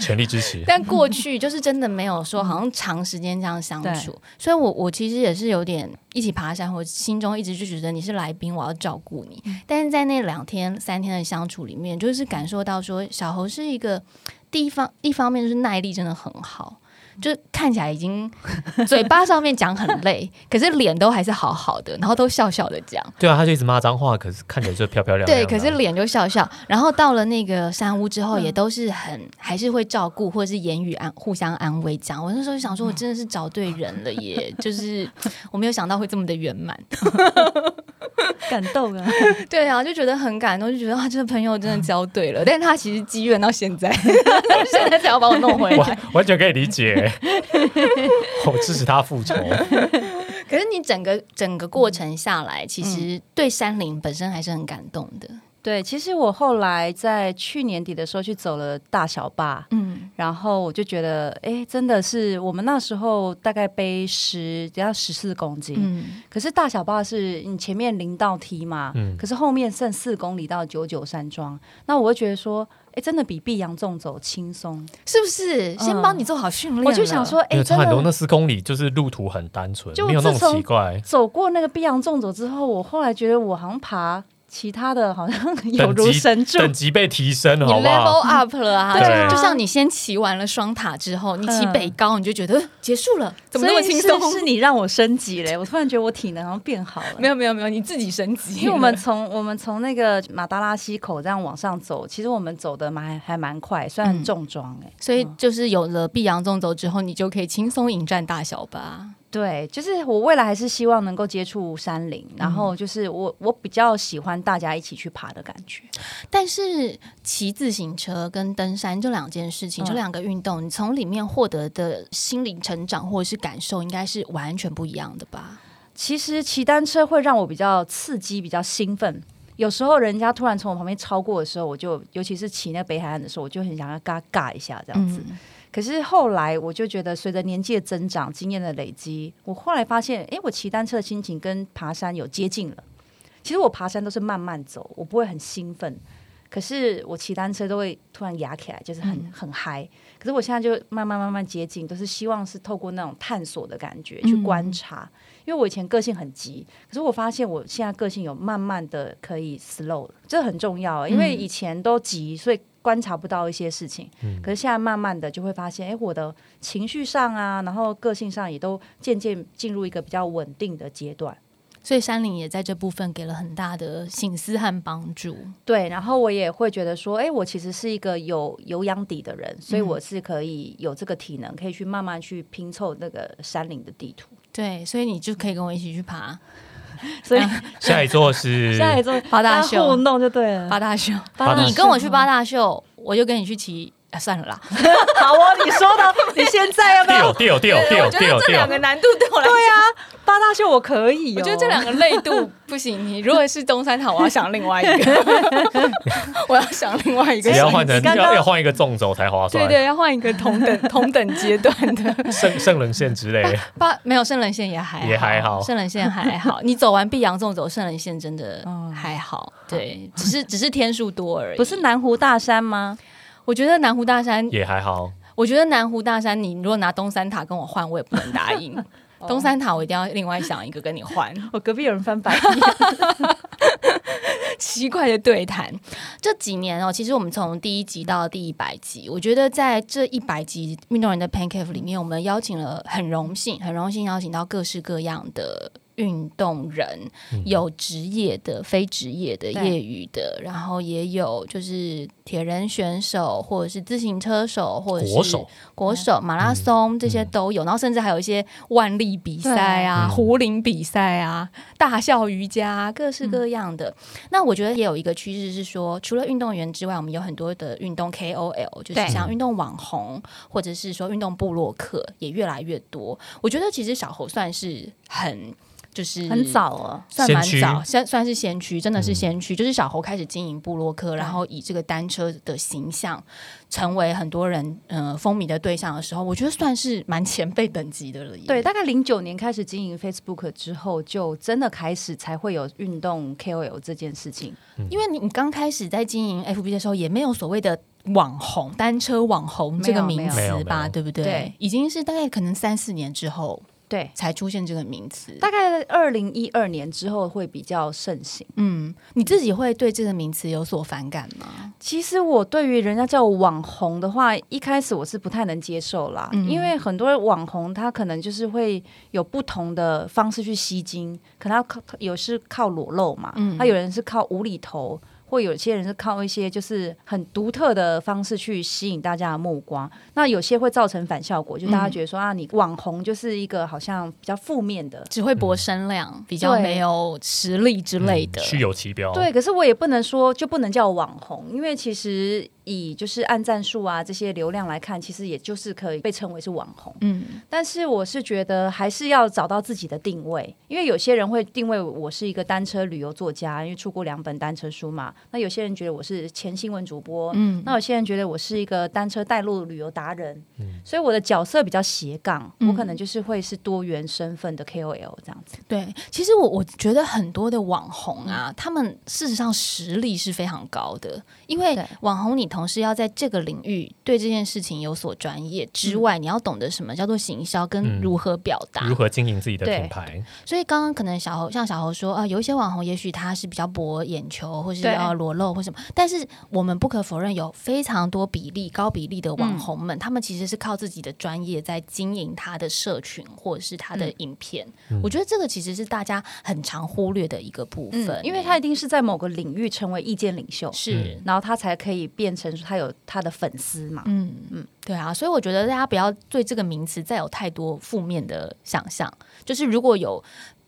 全力支持。
但过去就是真的没有说好像长时间这样相处，所以我我其实也是有点一起爬山，我心中一直就觉得你是来宾，我要照顾你。但是在那两天三天的相处里面，就是感受到说小侯是一个地方一方面就是耐力真的很好。就看起来已经 嘴巴上面讲很累，可是脸都还是好好的，然后都笑笑的讲。
对啊，他就一直骂脏话，可是看起来就漂漂亮亮
对，
的。
可是脸就笑笑。然后到了那个山屋之后，
嗯
也都是很、还是会照顾，或者是言语安互相安慰这样。我那时候就想说，
嗯
我真的是找对人了耶，就是 我没有想到会这么的圆满。
感动啊！
对啊，就觉得很感动，就觉得啊，这个朋友真的交对了。但是他其实积怨到现在， 现在才要把我弄回来。
完完全可以理解。 我支持他 复仇。
哎
嗯
可是你整个整个过程下来，其实对山林本身还是很感动的。
对，其实我后来在去年底的时候去走了大小坝，
嗯，
然后我就觉得，哎，真的是我们那时候大概背十，只要十四公斤，
嗯，
可是大小坝是你前面零到梯嘛，
嗯
可是后面剩四公里到九九山庄，那我就觉得说，哎，真的比碧阳纵走轻松。
是不是？先帮你做好训练了，
嗯我就想说，
因
哎，
为
真
差很多，那
的
四公里就是路途很单纯，
就
没有那
自
种
从
奇怪。
走过那个碧阳纵走之后，我后来觉得我好像爬其他的好像 有
等
如
级
神助。
等级被提升了，
你
好不好？
level up 了啊！
对啊
就就像你先骑完了双塔之后，你骑北高，你就觉得呃结束了，怎么那么轻松？
所以是是你让我升级嘞！我突然觉得我体能好像变好了。
没 有没有没有，你自己升级了，
因为我 们从我们从那个马达拉溪口这样往上走，其实我们走的蛮还蛮快，虽然重装哎、
所以就是有了碧阳纵走之后，你就可以轻松迎战大小吧。
对，就是我未来还是希望能够接触山林，然
嗯
后就是我我比较喜欢大家一起去爬的感觉。
但是骑自行车跟登山这两件事情，
嗯
这两个运动，你从里面获得的心灵成长或者是感受，应该是完全不一样的吧？
其实骑单车会让我比较刺激，比较兴奋。有时候人家突然从我旁边超过的时候，我就尤其是骑那北海岸的时候，我就很想要跟他尬一下这样子。
嗯，
可是后来我就觉得，随着年纪的增长、经验的累积，我后来发现，诶，我骑单车的心情跟爬山有接近了。其实我爬山都是慢慢走，我不会很兴奋。可是我骑单车都会突然压起来，就是很、
嗯
很嗨。可是我现在就慢慢慢慢接近，都是希望是透过那种探索的感觉
嗯
去观察。因为我以前个性很急，可是我发现我现在个性有慢慢的可以 slow 了，这很重要。啊因为
嗯
以前都急，所以观察不到一些事情。
嗯
可是现在慢慢的就会发现，哎，我的情绪上啊，然后个性上也都渐渐进入一个比较稳定的阶段。
所以山林也在这部分给了很大的醒思和帮助。
对，然后我也会觉得说，哎，我其实是一个有有氧底的人，所以我是可以有这个体能，可以去慢慢去拼凑那个山林的地图。
对，所以你就可以跟我一起去爬
所以
下一座是
现在也做
八大秀
互动就对了。
八大秀。
嗯八大
你跟我去八大秀，我就跟你去骑。啊、算了啦，
好哦，你说的，你现在要不
掉掉
要？
掉掉掉掉，
难度对我来
对啊，八大秀我可以、哦，
我觉得这两个累度不行。你如果是东山塔，我要想另外一个， 我要想另外一个
只。要换成
刚刚
要要换一个纵轴才划
对
算，
对，要换一个同 等同等阶段的。
圣圣人线之类 的。
八没有圣人线也还
也还好
圣人线还好。你走完碧阳纵走，圣人线真的
哦
还好。对，只是只是天数多而已。
不是，南湖大山吗？
我觉得南湖大山，
也还好，
我觉得南湖大山，你如果拿东山塔跟我换，我也不能答 应。东山塔我一定要另外想一个跟你换。
我隔壁有人翻白眼。
奇怪的对谈。这几年哦，其实我们从第一集到第一百集，我觉得在这一百集《运动人的 Pancake》里面，我们邀请了很荣幸，很荣幸邀请到各式各样的。运动人
嗯
有职业的、非职业的、
嗯对
业余的，然后也有就是铁人选手，或者是自行车手，或者是
国手
国
嗯
手、马拉松这些都有，然后甚至还有一些万历比赛啊、
对嗯
壶铃比赛啊、大笑瑜伽、啊，各式
嗯
各样的。那我觉得也有一个趋势是说，除了运动员之外，我们有很多的运动 KOL，就是
对
像运动网红，或者是说运动部落客也越来越多。我觉得其实小猴算是很就是
很。早哦，
算蛮
先驱
早，算算是先驱，真的是
嗯
先驱。就是小猴开始经营部落客，然后以这个单车的形象成为很多人呃风靡的对象的时候，我觉得算是蛮前辈等级的了耶。
对，大概零九年开始经营 Facebook 之后，就真的开始才会有运动 KOL 这件事情。
嗯
因为你你刚开始在经营 FB 的时候，也没有所谓的网红、单车网红
没有
这个名
没有没
词
有没
吧，
有
对不对？
对
已经是大概可能三四年之后
对，
才出现这个名词。
大概二零一二年之后会比较盛行。
嗯，你自己会对这个名词有所反感吗？
其实我对于人家叫我网红的话，一开始我是不太能接受啦，
嗯
因为很多网红他可能就是会有不同的方式去吸睛，可能他靠有是靠裸露嘛，
嗯
他有人是靠无厘头。或有些人是靠一些就是很独特的方式去吸引大家的目光，那有些会造成反效果，就大家
嗯
觉得说、啊，你网红就是一个好像比较负面的，
只会
嗯
博声量，比较
对
没有实力之类的。
虚有其表。
对，可是我也不能说就不能叫网红，因为其实以就是按赞数啊这些流量来看，其实也就是可以被称为是网红。
嗯，
但是我是觉得还是要找到自己的定位，因为有些人会定位我是一个单车旅游作家，因为出过两本单车书嘛。那有些人觉得我是前新闻主播，嗯，那有些人觉得我是一个单车带路旅游达人，所以我的角色比较斜杠，
嗯
我可能就是会是多元身份的 KOL 这样子。
对，其实我我觉得很多的网红
嗯
啊，他们事实上实力是非常高的，因为
对
网红你同时要在这个领域对这件事情有所专业之
嗯
外，你要懂得什么叫做行销跟
嗯
如何表达，
如何经营自己的
对
品牌？
所以刚刚可能小侯像小侯说啊、有一些网红也许他是比较博眼球，或是
对
要裸露或什么，但是我们不可否认有非常多比例高比例的网
嗯
红们，他们其实是靠自己的专业在经营他的社群或者是他的
嗯
影片。我觉得这个其实是大家很常忽略的一个部分、欸
嗯，因为他一定是在某个领域成为意见领袖，
是。
然后他才可以变成说他有他的粉丝嘛。
嗯嗯，对啊，所以我觉得大家不要对这个名词再有太多负面的想象，就是如果有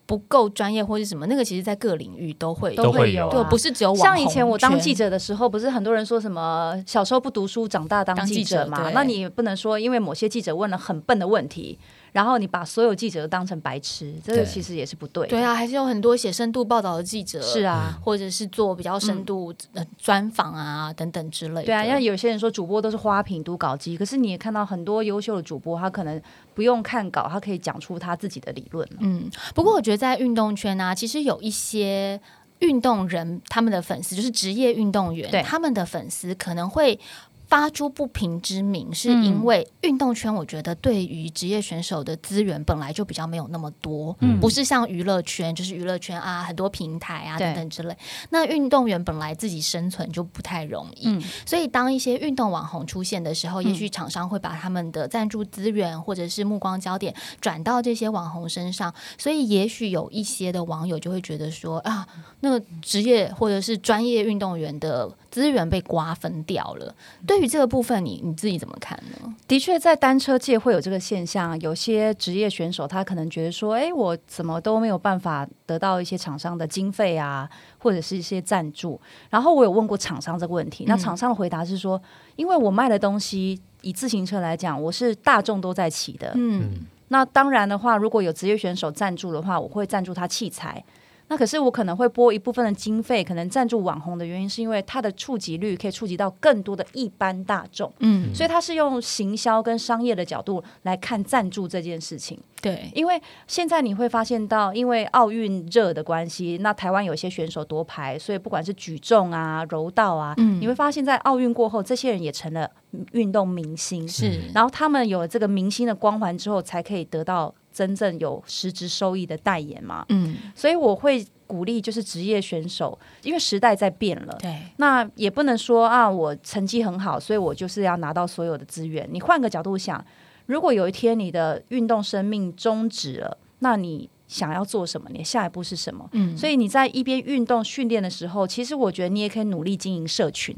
不够专业或是什么，那个其实在各领域都会有
都会有啊
对，不是只有网
像以
红
前我当
圈
记者的时候，不是很多人说什么小时候不读书，长大当
当记
记者
者
嘛？
对
那你也不能说因为某些记者问了很笨的问题，然后你把所有记者都当成白痴，这
对
个其实也是不对的。
对啊，还是有很多写深度报道的记者，
是，啊，
或者是做比较深度呃专访啊等等之类的。
对啊，像有些人说主播都是花瓶读稿机，可是你也看到很多优秀的主播，他可能不用看稿，他可以讲出他自己的理论了。
嗯，不过我觉得在运动圈啊，其实有一些。运动人他们的粉丝就是职业运动员
对，
他们的粉丝可能会发出不平之名，是因为运动圈我觉得对于职业选手的资源本来就比较没有那么多，
嗯
不是像娱乐圈，就是娱乐圈啊很多平台啊
对
等等之类。那运动员本来自己生存就不太容易，
嗯
所以当一些运动网红出现的时候，也许厂商会把他们的赞助资源或者是目光焦点转到这些网红身上，所以也许有一些的网友就会觉得说啊，那个职业或者是专业运动员的资源被瓜分掉了。对于这个部分你，你自己怎么看呢？
的确，在单车界会有这个现象，有些职业选手他可能觉得说，哎，我怎么都没有办法得到一些厂商的经费啊，或者是一些赞助。然后我有问过厂商这个问题，那
嗯
厂商的回答是说，因为我卖的东西。以自行车来讲，我是大众都在骑的。
嗯
那当然的话，如果有职业选手赞助的话，我会赞助他器材。那可是我可能会拨一部分的经费，可能赞助网红的原因是因为他的触及率可以触及到更多的一般大众。
嗯，
所以他是用行销跟商业的角度来看赞助这件事情，
对，
因为现在你会发现到，因为奥运热的关系，那台湾有些选手夺牌，所以不管是举重啊、柔道啊，
嗯
你会发现在奥运过后，这些人也成了运动明星，
是，
然后他们有了这个明星的光环之后，才可以得到真正有实质收益的代言嘛。
嗯，
所以我会鼓励就是职业选手，因为时代在变了，
对，
那也不能说啊，我成绩很好，所以我就是要拿到所有的资源。你换个角度想，如果有一天你的运动生命终止了，那你想要做什么？你的下一步是什么？
嗯，
所以你在一边运动训练的时候，其实我觉得你也可以努力经营社群。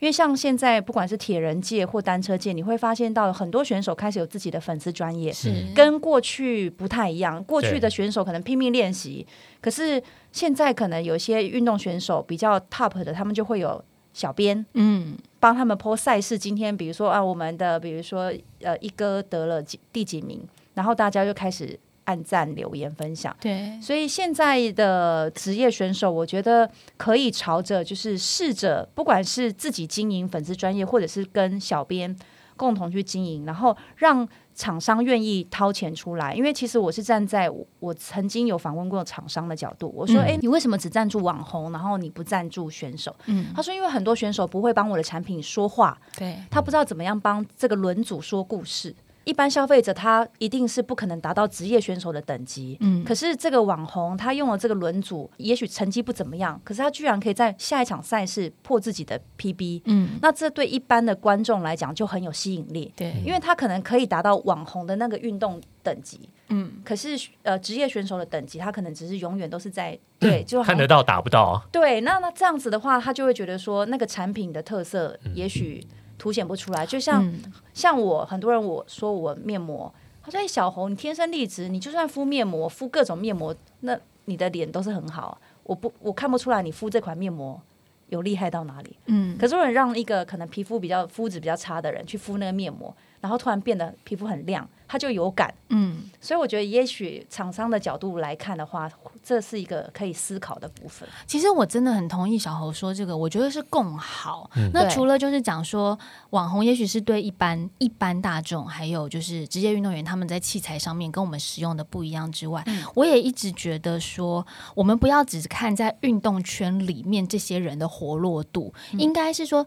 因为像现在，不管是铁人界或单车界，你会发现到很多选手开始有自己的粉丝专业，
是
跟过去不太一样。过去
对
的选手可能拼命练习，可是现在可能有些运动选手比较 top 的，他们就会有小编
嗯
帮他们 po 赛事。今天比如说啊，我们的比如说呃一哥得了几第几名，然后大家就开始按赞、留言、分享。
对，
所以现在的职业选手，我觉得可以朝着就是试着，不管是自己经营粉丝专业，或者是跟小编共同去经营，然后让厂商愿意掏钱出来。因为其实我是站在我我曾经有访问过厂商的角度，我说：“
嗯
哎、你为什么只赞助网红，然后你不赞助选手？”
嗯
他说：“因为很多选手不会帮我的产品说话，
对，
他不知道怎么样帮这个轮组说故事。一般消费者他一定是不可能达到职业选手的等级，
嗯
可是这个网红他用了这个轮组，也许成绩不怎么样，可是他居然可以在下一场赛事破自己的 PB，
嗯
那这对一般的观众来讲就很有吸引力，
对，
因为他可能可以达到网红的那个运动等级，
嗯
可是呃职业选手的等级，他可能只是永远都是在对，就好
看
像
得到打不到啊，
对，那那这样子的话，他就会觉得说那个产品的特色也许凸显不出来，就像、
嗯
像我很多人我说我面膜，他说、哎小红你天生丽质，你就算敷面膜敷各种面膜，那你的脸都是很好，我不我看不出来你敷这款面膜。有厉害到哪里。
嗯，
可是如果你让一个可能皮肤比较肤质比较差的人去敷那个面膜，然后突然变得皮肤很亮，他就有感。
嗯，
所以我觉得，也许厂商的角度来看的话，这是一个可以思考的部分。
其实我真的很同意小侯说这个，我觉得是共好。那
对
除了就是讲说网红，也许是对一般一般大众，还有就是职业运动员他们在器材上面跟我们使用的不一样之外，我也一直觉得说，我们不要只看在运动圈里面这些人的活络度，应该是说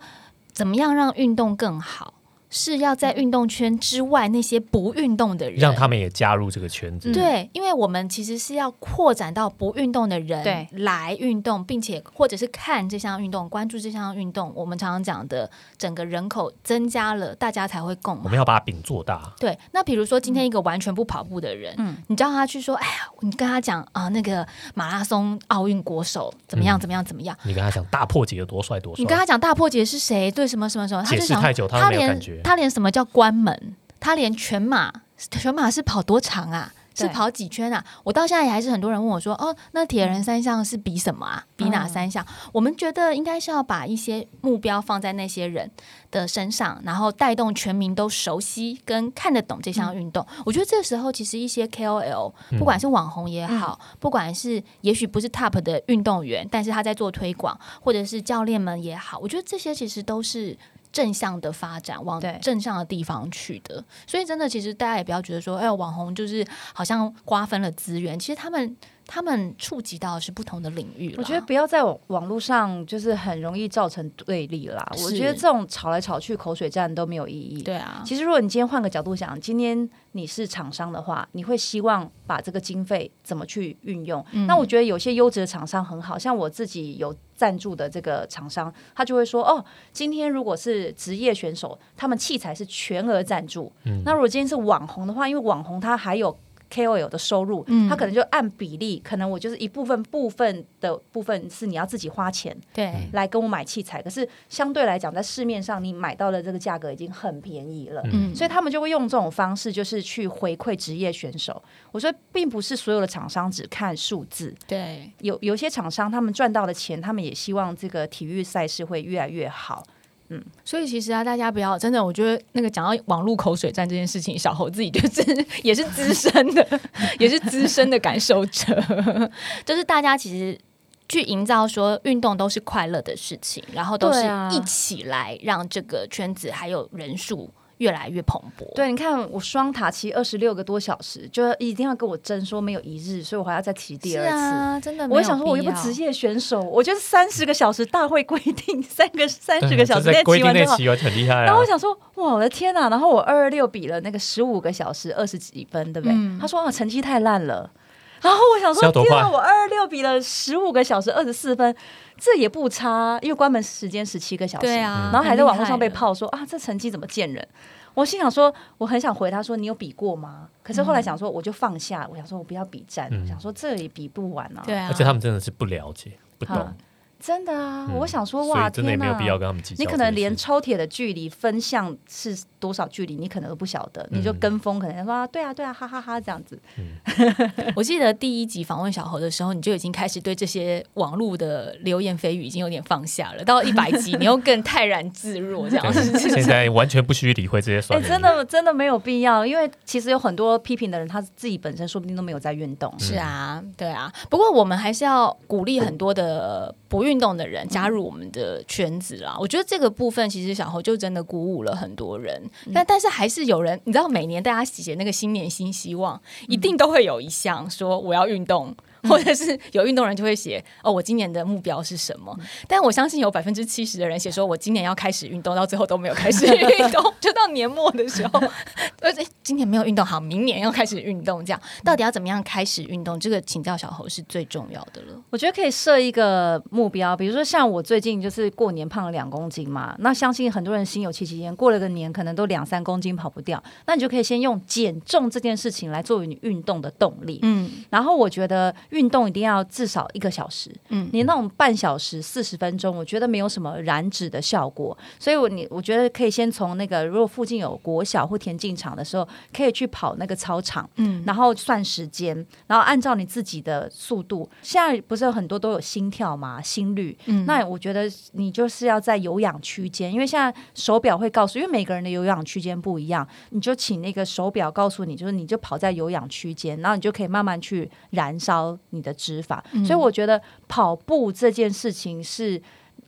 怎么样让运动更好。是要在运动圈之外那些不运动的人，
让他们也加入这个圈子。
嗯
对，因为我们其实是要扩展到不运动的人
对
来运动，并且或者是看这项运动，关注这项运动。我们常常讲的，整个人口增加了，大家才会共
我
嘛。
们要把饼做大。
对，那比如说今天一个完全不跑步的人，
嗯
你叫他去说，哎呀，你跟他讲啊、那个马拉松奥运国手怎么样，
嗯
怎么样，怎么样。
你跟他讲大破解有多帅多帅，
你跟他讲大破解是谁对什么什么什么，他就
解释
想
太久他
他
没有
连
感觉
他连什么叫关门，他连全马全马是跑多长啊？是
对
跑几圈啊？我到现在也还是很多人问我说，哦，那铁人三项是比什么啊？比哪三项？我们觉得应该是要把一些目标放在那些人的身上，然后带动全民都熟悉跟看得懂这项运动。我觉得这时候其实一些 KOL，
嗯
不管是网红也好，不管是也许不是 top 的运动员，但是他在做推广，或者是教练们也好，我觉得这些其实都是。正向的发展，往
对
正向的地方去的，所以真的，其实大家也不要觉得说，哎呦，网红就是好像瓜分了资源，其实他们他们触及到的是不同的领域啦。
我觉得不要在网网络上就是很容易造成对立啦。我
是
觉得这种吵来吵去、口水战都没有意义。
对啊，
其实，如果你今天换个角度想，今天你是厂商的话，你会希望把这个经费怎么去运用？那我觉得有些优质的厂商很好，像我自己有赞助的这个厂商，他就会说：哦，今天如果是职业选手，他们器材是全额赞助。那如果今天是网红的话，因为网红他还有。KOL 的收入，他可能就按比例，可能我就是一部分部分的部分是你要自己花钱，
对，
来跟我买器材，可是相对来讲，在市面上你买到的这个价格已经很便宜了，
嗯，
所以他们就会用这种方式，就是去回馈职业选手。我说，并不是所有的厂商只看数字，
对，
有有些厂商他们赚到的钱，他们也希望这个体育赛事会越来越好。
所以其实啊，大家不要真的，我觉得那个讲到网络口水战这件事情，小侯自己就是 也是资深的， 也是资深的感受者，就是大家其实。去营造说运动都是快乐的事情，然后都是
对啊
一起来让这个圈子还有人数越来越蓬勃。
对，你看我双塔骑二十六个多小时，就一定要跟我争说没有一日，所以我还要再骑第
是
二次。
啊，真的没有必要。
我也想说，我又不职业选手，我觉得三十个小时大会规定三个三十个小时
啊在
内
规
骑
定
完
内
就好。
骑完很厉害
然
啊
后我。想说，哇，我的天呐！然后我二二六比了那个十五个小时二十几分，对不对？
嗯
他说啊，成绩太烂了。然后我想
是要
说，
多
天呐，
快
我二二六比了十五个小时二十四分，这也不差，因为关门时间十七个小时。
对啊，
然后还在
很厉
网络上
害
被
了。
泡说啊，这成绩怎么见人？我心想说，我很想回他说，你有比过吗？可是后来想说，我就放下，我想说我不要比战，
嗯
我想说这也比不完啊。
对啊，
而且他们真的是不了解、不
啊
懂，
真的啊，
嗯
我想说
所
哇，
以真的也
天
没
呐！
有必要跟他们计较这
你
件事。
可能连抽铁的距离分项是多少距离，你可能都不晓得，
嗯
你就跟风，可能说、啊对啊对啊，哈哈哈这样子。
我记得第一集访问小侯的时候，你就已经开始对这些网络的流言蜚语已经有点放下了。到一百集，你又更泰然自若，这样子。
对 现在完全不需理会这些
哎、
酸民。
真的真的没有必要，因为其实有很多批评的人，他自己本身说不定都没有在运动。
是啊，对啊。不过我们还是要鼓励很多的不运动的人加入我们的圈子啦。我觉得这个部分其实小侯就真的鼓舞了很多人，但但是还是有人，你知道每年大家写那个新年新希望，一定都会有一项说我要运动。或者是有运动人就会写哦，我今年的目标是什么？但我相信有百分之七十的人写说，我今年要开始运动，到最后都没有开始运动， 就到年末的时候，而且今年没有运动好，明年要开始运动，这样到底要怎么样开始运动？这个请教小侯是最重要的了。
我觉得可以设一个目标，比如说像我最近就是过年胖了两公斤嘛，那相信很多人心有戚戚焉，过了个年可能都两三公斤跑不掉，那你就可以先用减重这件事情来作为你运动的动力。
嗯，
然后我觉得运动一定要至少一个小时，
嗯，
你那种半小时、四十分钟，我觉得没有什么燃脂的效果。所以我你我觉得可以先从那个，如果附近有国小或田径场的时候，可以去跑那个操场，
嗯，
然后算时间，然后按照你自己的速度。现在不是有很多都有心跳嘛、心率，
嗯
那我觉得你就是要在有氧区间，因为现在手表会告诉，因为每个人的有氧区间不一样，你就请那个手表告诉你，就是你就跑在有氧区间，然后你就可以慢慢去燃烧你的脂肪。所以我觉得跑步这件事情是。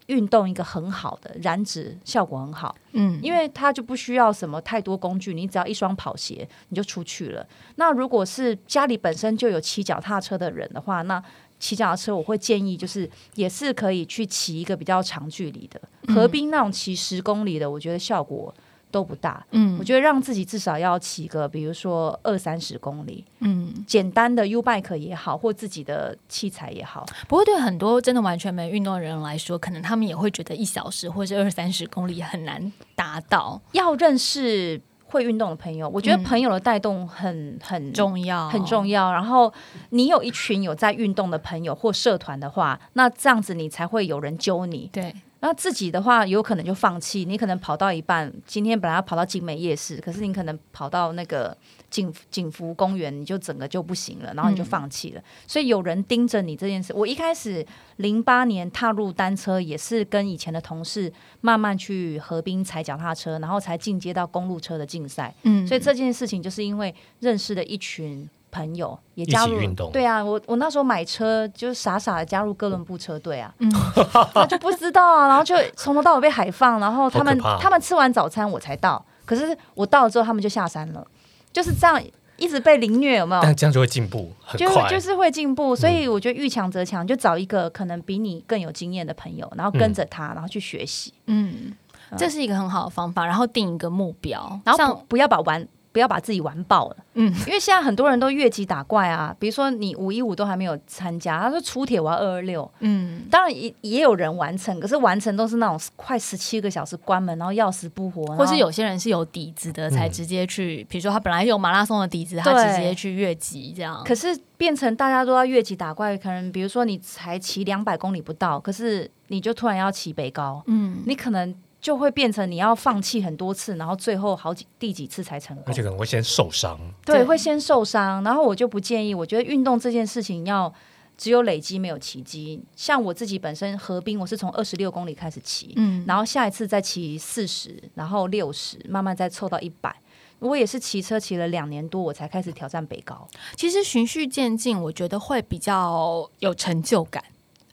运动一个很好的燃脂效果很好，
嗯，
因为它就不需要什么太多工具，你只要一双跑鞋你就出去了。那如果是家里本身就有骑脚踏车的人的话，那骑脚踏车我会建议就是也是可以去骑一个比较长距离的，河
嗯
滨那种骑十公里的，我觉得效果都不大。
嗯
我觉得让自己至少要骑个，比如说二三十公里，
嗯，
简单的 U bike 也好，或自己的器材也好，
不过对很多真的完全没运动的人来说，可能他们也会觉得一小时或是二三十公里很难达到，
要认识会运动的朋友。我觉得朋友的带动很很
嗯重要
很重要。然后你有一群有在运动的朋友或社团的话，那这样子你才会有人揪你。
对，
那自己的话，有可能就放弃。你可能跑到一半，今天本来要跑到景美夜市，可是你可能跑到那个景景福公园，你就整个就不行了，然后你就放弃了。所以有人盯着你这件事，我一开始零八年踏入单车，也是跟以前的同事慢慢去河滨踩脚踏车，然后才进阶到公路车的竞赛。
嗯
所以这件事情就是因为认识了一群朋友，也加入
一起运动
对啊，我我那时候买车就傻傻的加入哥伦布车队啊，
嗯
那就不知道啊，然后就从头到尾被海放，然后他们
好可怕哦
他们吃完早餐我才到，可是我到了之后他们就下山了，就是这样一直被凌虐，有没有？
但这样就会进步很
就
快，嗯
就是会进步，所以我觉得遇强则强，就找一个可能比你更有经验的朋友，
嗯
然后跟着他，然后去学习，
嗯，这是一个很好的方法，然后定一个目标，
然后
像
不不要把玩不要把自己玩爆了。
嗯
因为现在很多人都越级打怪啊，比如说你五一五都还没有参加，他说出铁我要二二六，
嗯
当然也也有人完成，可是完成都是那种快十七个小时关门，然后要死不活，
或是
然后
有些人是有底子的，才
嗯
直接去，比如说他本来有马拉松的底子，他
对
直接去越级这样。
可是变成大家都要越级打怪，可能比如说你才骑两百公里不到，可是你就突然要骑北高，
嗯，
你可能就会变成你要放弃很多次，然后最后好几第几次才成功，
而且可能会先受伤。
对，
对
会先受伤。然后我就不建议，我觉得运动这件事情要只有累积没有奇迹。像我自己本身合并，我是从二十六公里开始骑，
嗯，
然后下一次再骑四十，然后六十，慢慢再凑到一百。我也是骑车骑了两年多，我才开始挑战北高，
其实循序渐进，我觉得会比较有成就感，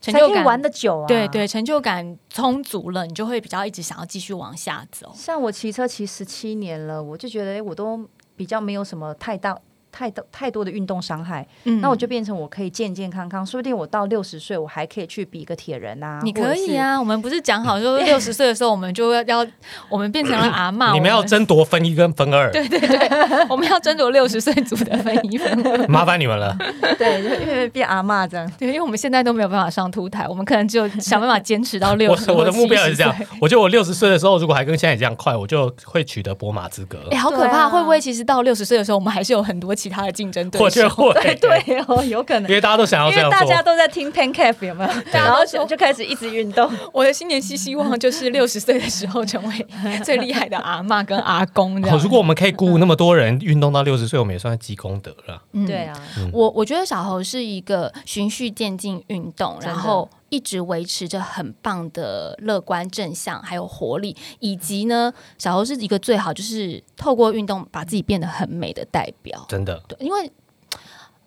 成
才
就
可以
感
玩的久啊。
对。对，成就感充足了，你就会比较一直想要继续往下走。
像我骑车骑十七年了，我就觉得诶哎我都比较没有什么太大、太大、太多的运动伤害，
嗯
那我就变成我可以健健康康，说不定我到六十岁，我还可以去比个铁人啊。
你
或
可
者是
以啊，我们不是讲好 说六十岁的时候我们就要要，我们变成了阿嬷，
你们要争夺分一跟分 二，
对对对，我们要争夺六十岁组的分一 分二。
麻烦你们了。
对，就因为变阿嬷这样。
对，因为我们现在都没有办法上凸台，我们可能只有想办法坚持到六
我
十。
我的目标也是这样
70岁。，
我觉得我六十岁的时候，如果还跟现在这样快，我就会取得博马资格
哎、。好可
对
怕！
啊
会不会其实到六十岁的时候，我们还是有很多其他的竞争对
我觉
手
得？会，
对 哦，有可能
因，为大家都想要
因
这
为
样
大家
做。
都在听 Pancake 有没有？然后就就开始一直运动。
我的新年新希望就是六十岁的时候成 为最厉害的阿嬷跟阿公这样。
哦如果我们可以鼓舞那么多人运动到六十岁，我们也算积功德了。
嗯
对，啊，
我我觉得小猴是一个循序渐进运动，
真的
然后一直维持着很棒的乐观正向，还有活力，以及呢，小猴是一个最好就是透过运动把自己变得很美的代表。
真的，
对，因为。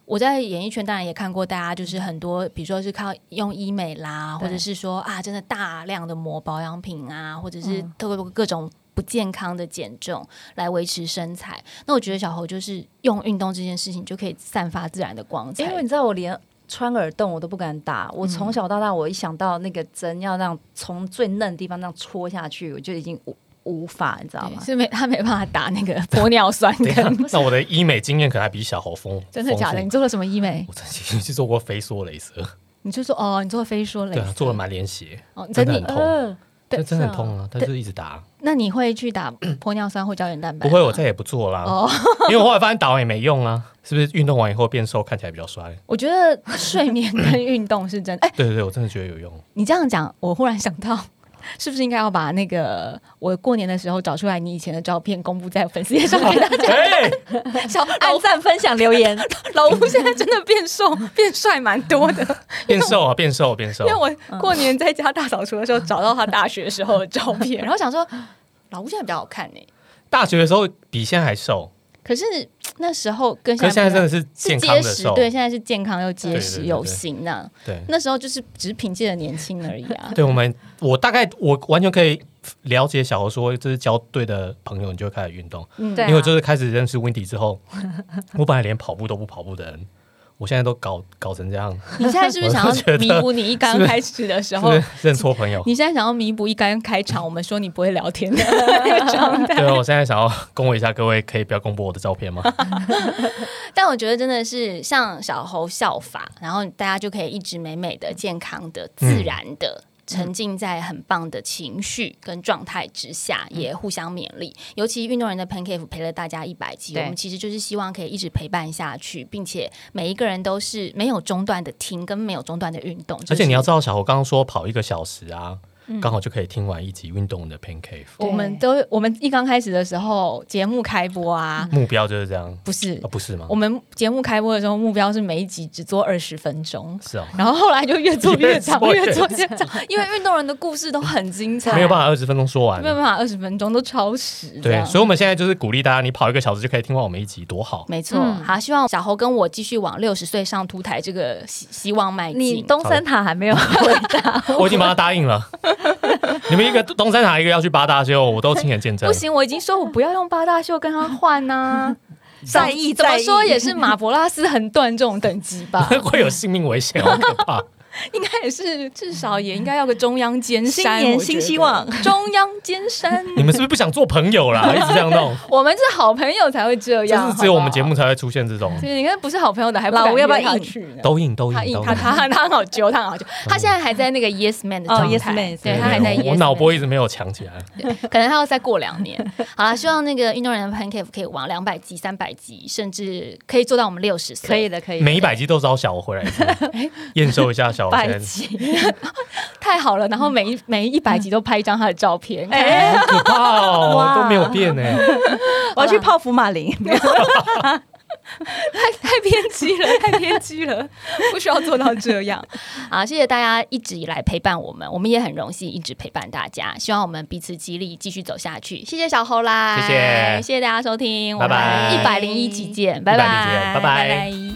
我在演艺圈当然也看过大家，就是很多，比如说是靠用医美啦，
对
或者是说啊，真的大量的抹保养品啊，或者是
嗯
透过各种不健康的减重来维持身材。那我觉得小猴就是用运动这件事情就可以散发自然的光彩。
因为你知道我连。穿耳洞我都不敢打，我从小到大，我一想到那个针要让从最嫩的地方那样戳下去，我就已经无无法，你知道
对
吗？
是没他没办法打那个玻尿 酸
等一下
跟，
那我的医美经验可能还比小猴丰
啊真的 假的？你
丰
做了什么医美
富？我曾经去做过飞梭镭射，
你就说哦，你做飞说镭
对啊，
射，
做了满脸血，
哦，
真
真
的
的
很
你
痛。
呃，
这真的很痛啊！但是一直打，
那你会去打玻尿酸或胶原蛋白
不
吗？
会，我再也不做啦。
哦
因为我后来发现打完也没用啊，是不是？运动完以后变瘦，看起来比较帅。
我觉得睡眠跟运动是 真的。哎、
对对对，我真的觉得有 用。
你这样讲，我忽然想到， 是不是应该要把那个我过年的时候找出来你以前的照片公布在粉丝页上给大
哎，
家？小
按
老
赞、分享、留 言，
老吴现在真的变瘦 变帅蛮多 的，
变瘦啊，变瘦，变瘦
因为。我过年在家大扫除的时候找到他大学时候的照片， 然后想说老吴现在比较好看呢、欸
大学的时候比现在还瘦，
可是那时候跟
可是现在真的是
是
健
结
康的
实
瘦，，
对，现在是健康又结
对对
实
对
有
对
型那、啊、
对
那时候就是只凭借着年轻而已啊。
对我们，我大概我完全可以了解小侯说，这是交对的朋友，你就会开始运动。
嗯，
对啊
因为我就是开始认识 Wendy 之后， 我本来连跑步都不跑步的人，我现在都搞搞成这样，
你现在是不是想
我就觉
要
得
弥补你一刚开始的时
是
候
不？是认错朋友？
你现在想要弥补一刚开场我们说你不会聊天的那个状态？
对，我现在想要恭维一下各位，可以不要公布我的 照片吗？
但我觉得真的是像小猴效法，然后大家就可以一直美美的、健康的、自然的。沉浸在很棒的情绪跟状态之下，也互相勉励。尤其运动人的 Pancake 陪了大家一百集，
对
我们其实就是希望可以一直陪伴下去，并且每一个人都是没有中断的听跟没有中断的运动。
而且你要
这
知道，小侯刚刚说跑一个小时啊，
嗯
刚好就可以听完一集运动的 Pain Cave，
是我们
对
都我们一刚开始的时候，节目开播啊，
目标就是这样
不是
啊？不是吗
我？们节目开播的时候，目标是每一集只做二十分钟，
是哦，
然后后来就越 做越长，
越
越
做
做越长，因为运动人的故事都很精彩，
没有办法二十分钟说完
啊没。有办法二啊十分钟都超时，这
对，
样
所以我们现在就是鼓励大家，你跑一个小时就可以听完我们一集，多好！
没错，
嗯
好，希望小侯跟我继续往六十岁上凸台这个希希望迈
你
进。
东森塔还没有回答
我已经帮他答应了。你们一个东山塔，一个要去八大秀，我都亲眼见证
不。行，我已经说我不要用八大秀跟他换啊 呐、
在意
怎么
在意
说也是马博拉斯横断这种等级吧，
会有性命危险，好可怕！
应该也是至少也应该要个中央尖山，
新年
我觉得
新希望，
中央尖 山。
你们是不是不想做朋友啦？一直这样弄，
我们是好朋友才会这
就
样，
是只有我们节
好
目才会出现这种
不好。对，你看不是好朋友的，还
老吴要不要
硬
硬
去 呢？
都硬都
他
硬
硬，
都
他他他很好揪，他很好揪。他现在还在那个 Yes Man 的
哦
状态
Yes
对
Man，
对
他还在
对
Yes
嗯我
Man
脑波一直没有强起来。
可能还要再过两年。 好了，希望那个运动人的 Pancake 可以往两百级、三百级，甚至可以做到我们六十岁。
可以的，可以的。
每一百集都找小我回来一次，
哎
验收一下小我现
百
在。
集，
太好了。然后每一每一百集都拍一张他的照片。哎，
哎，
好可怕哦，
哇
都没有变呢。
我要去泡芙马林。
太太偏激了，太偏激了，不需要做到这样。啊，谢谢大家一直以来陪伴我们，我们也很荣幸一直陪伴大家。希望我们彼此激励，继续走下去。谢谢小侯啦，
谢谢
谢谢大家收听，
拜拜
一百零一集见，
101
拜拜，
集见拜拜
拜拜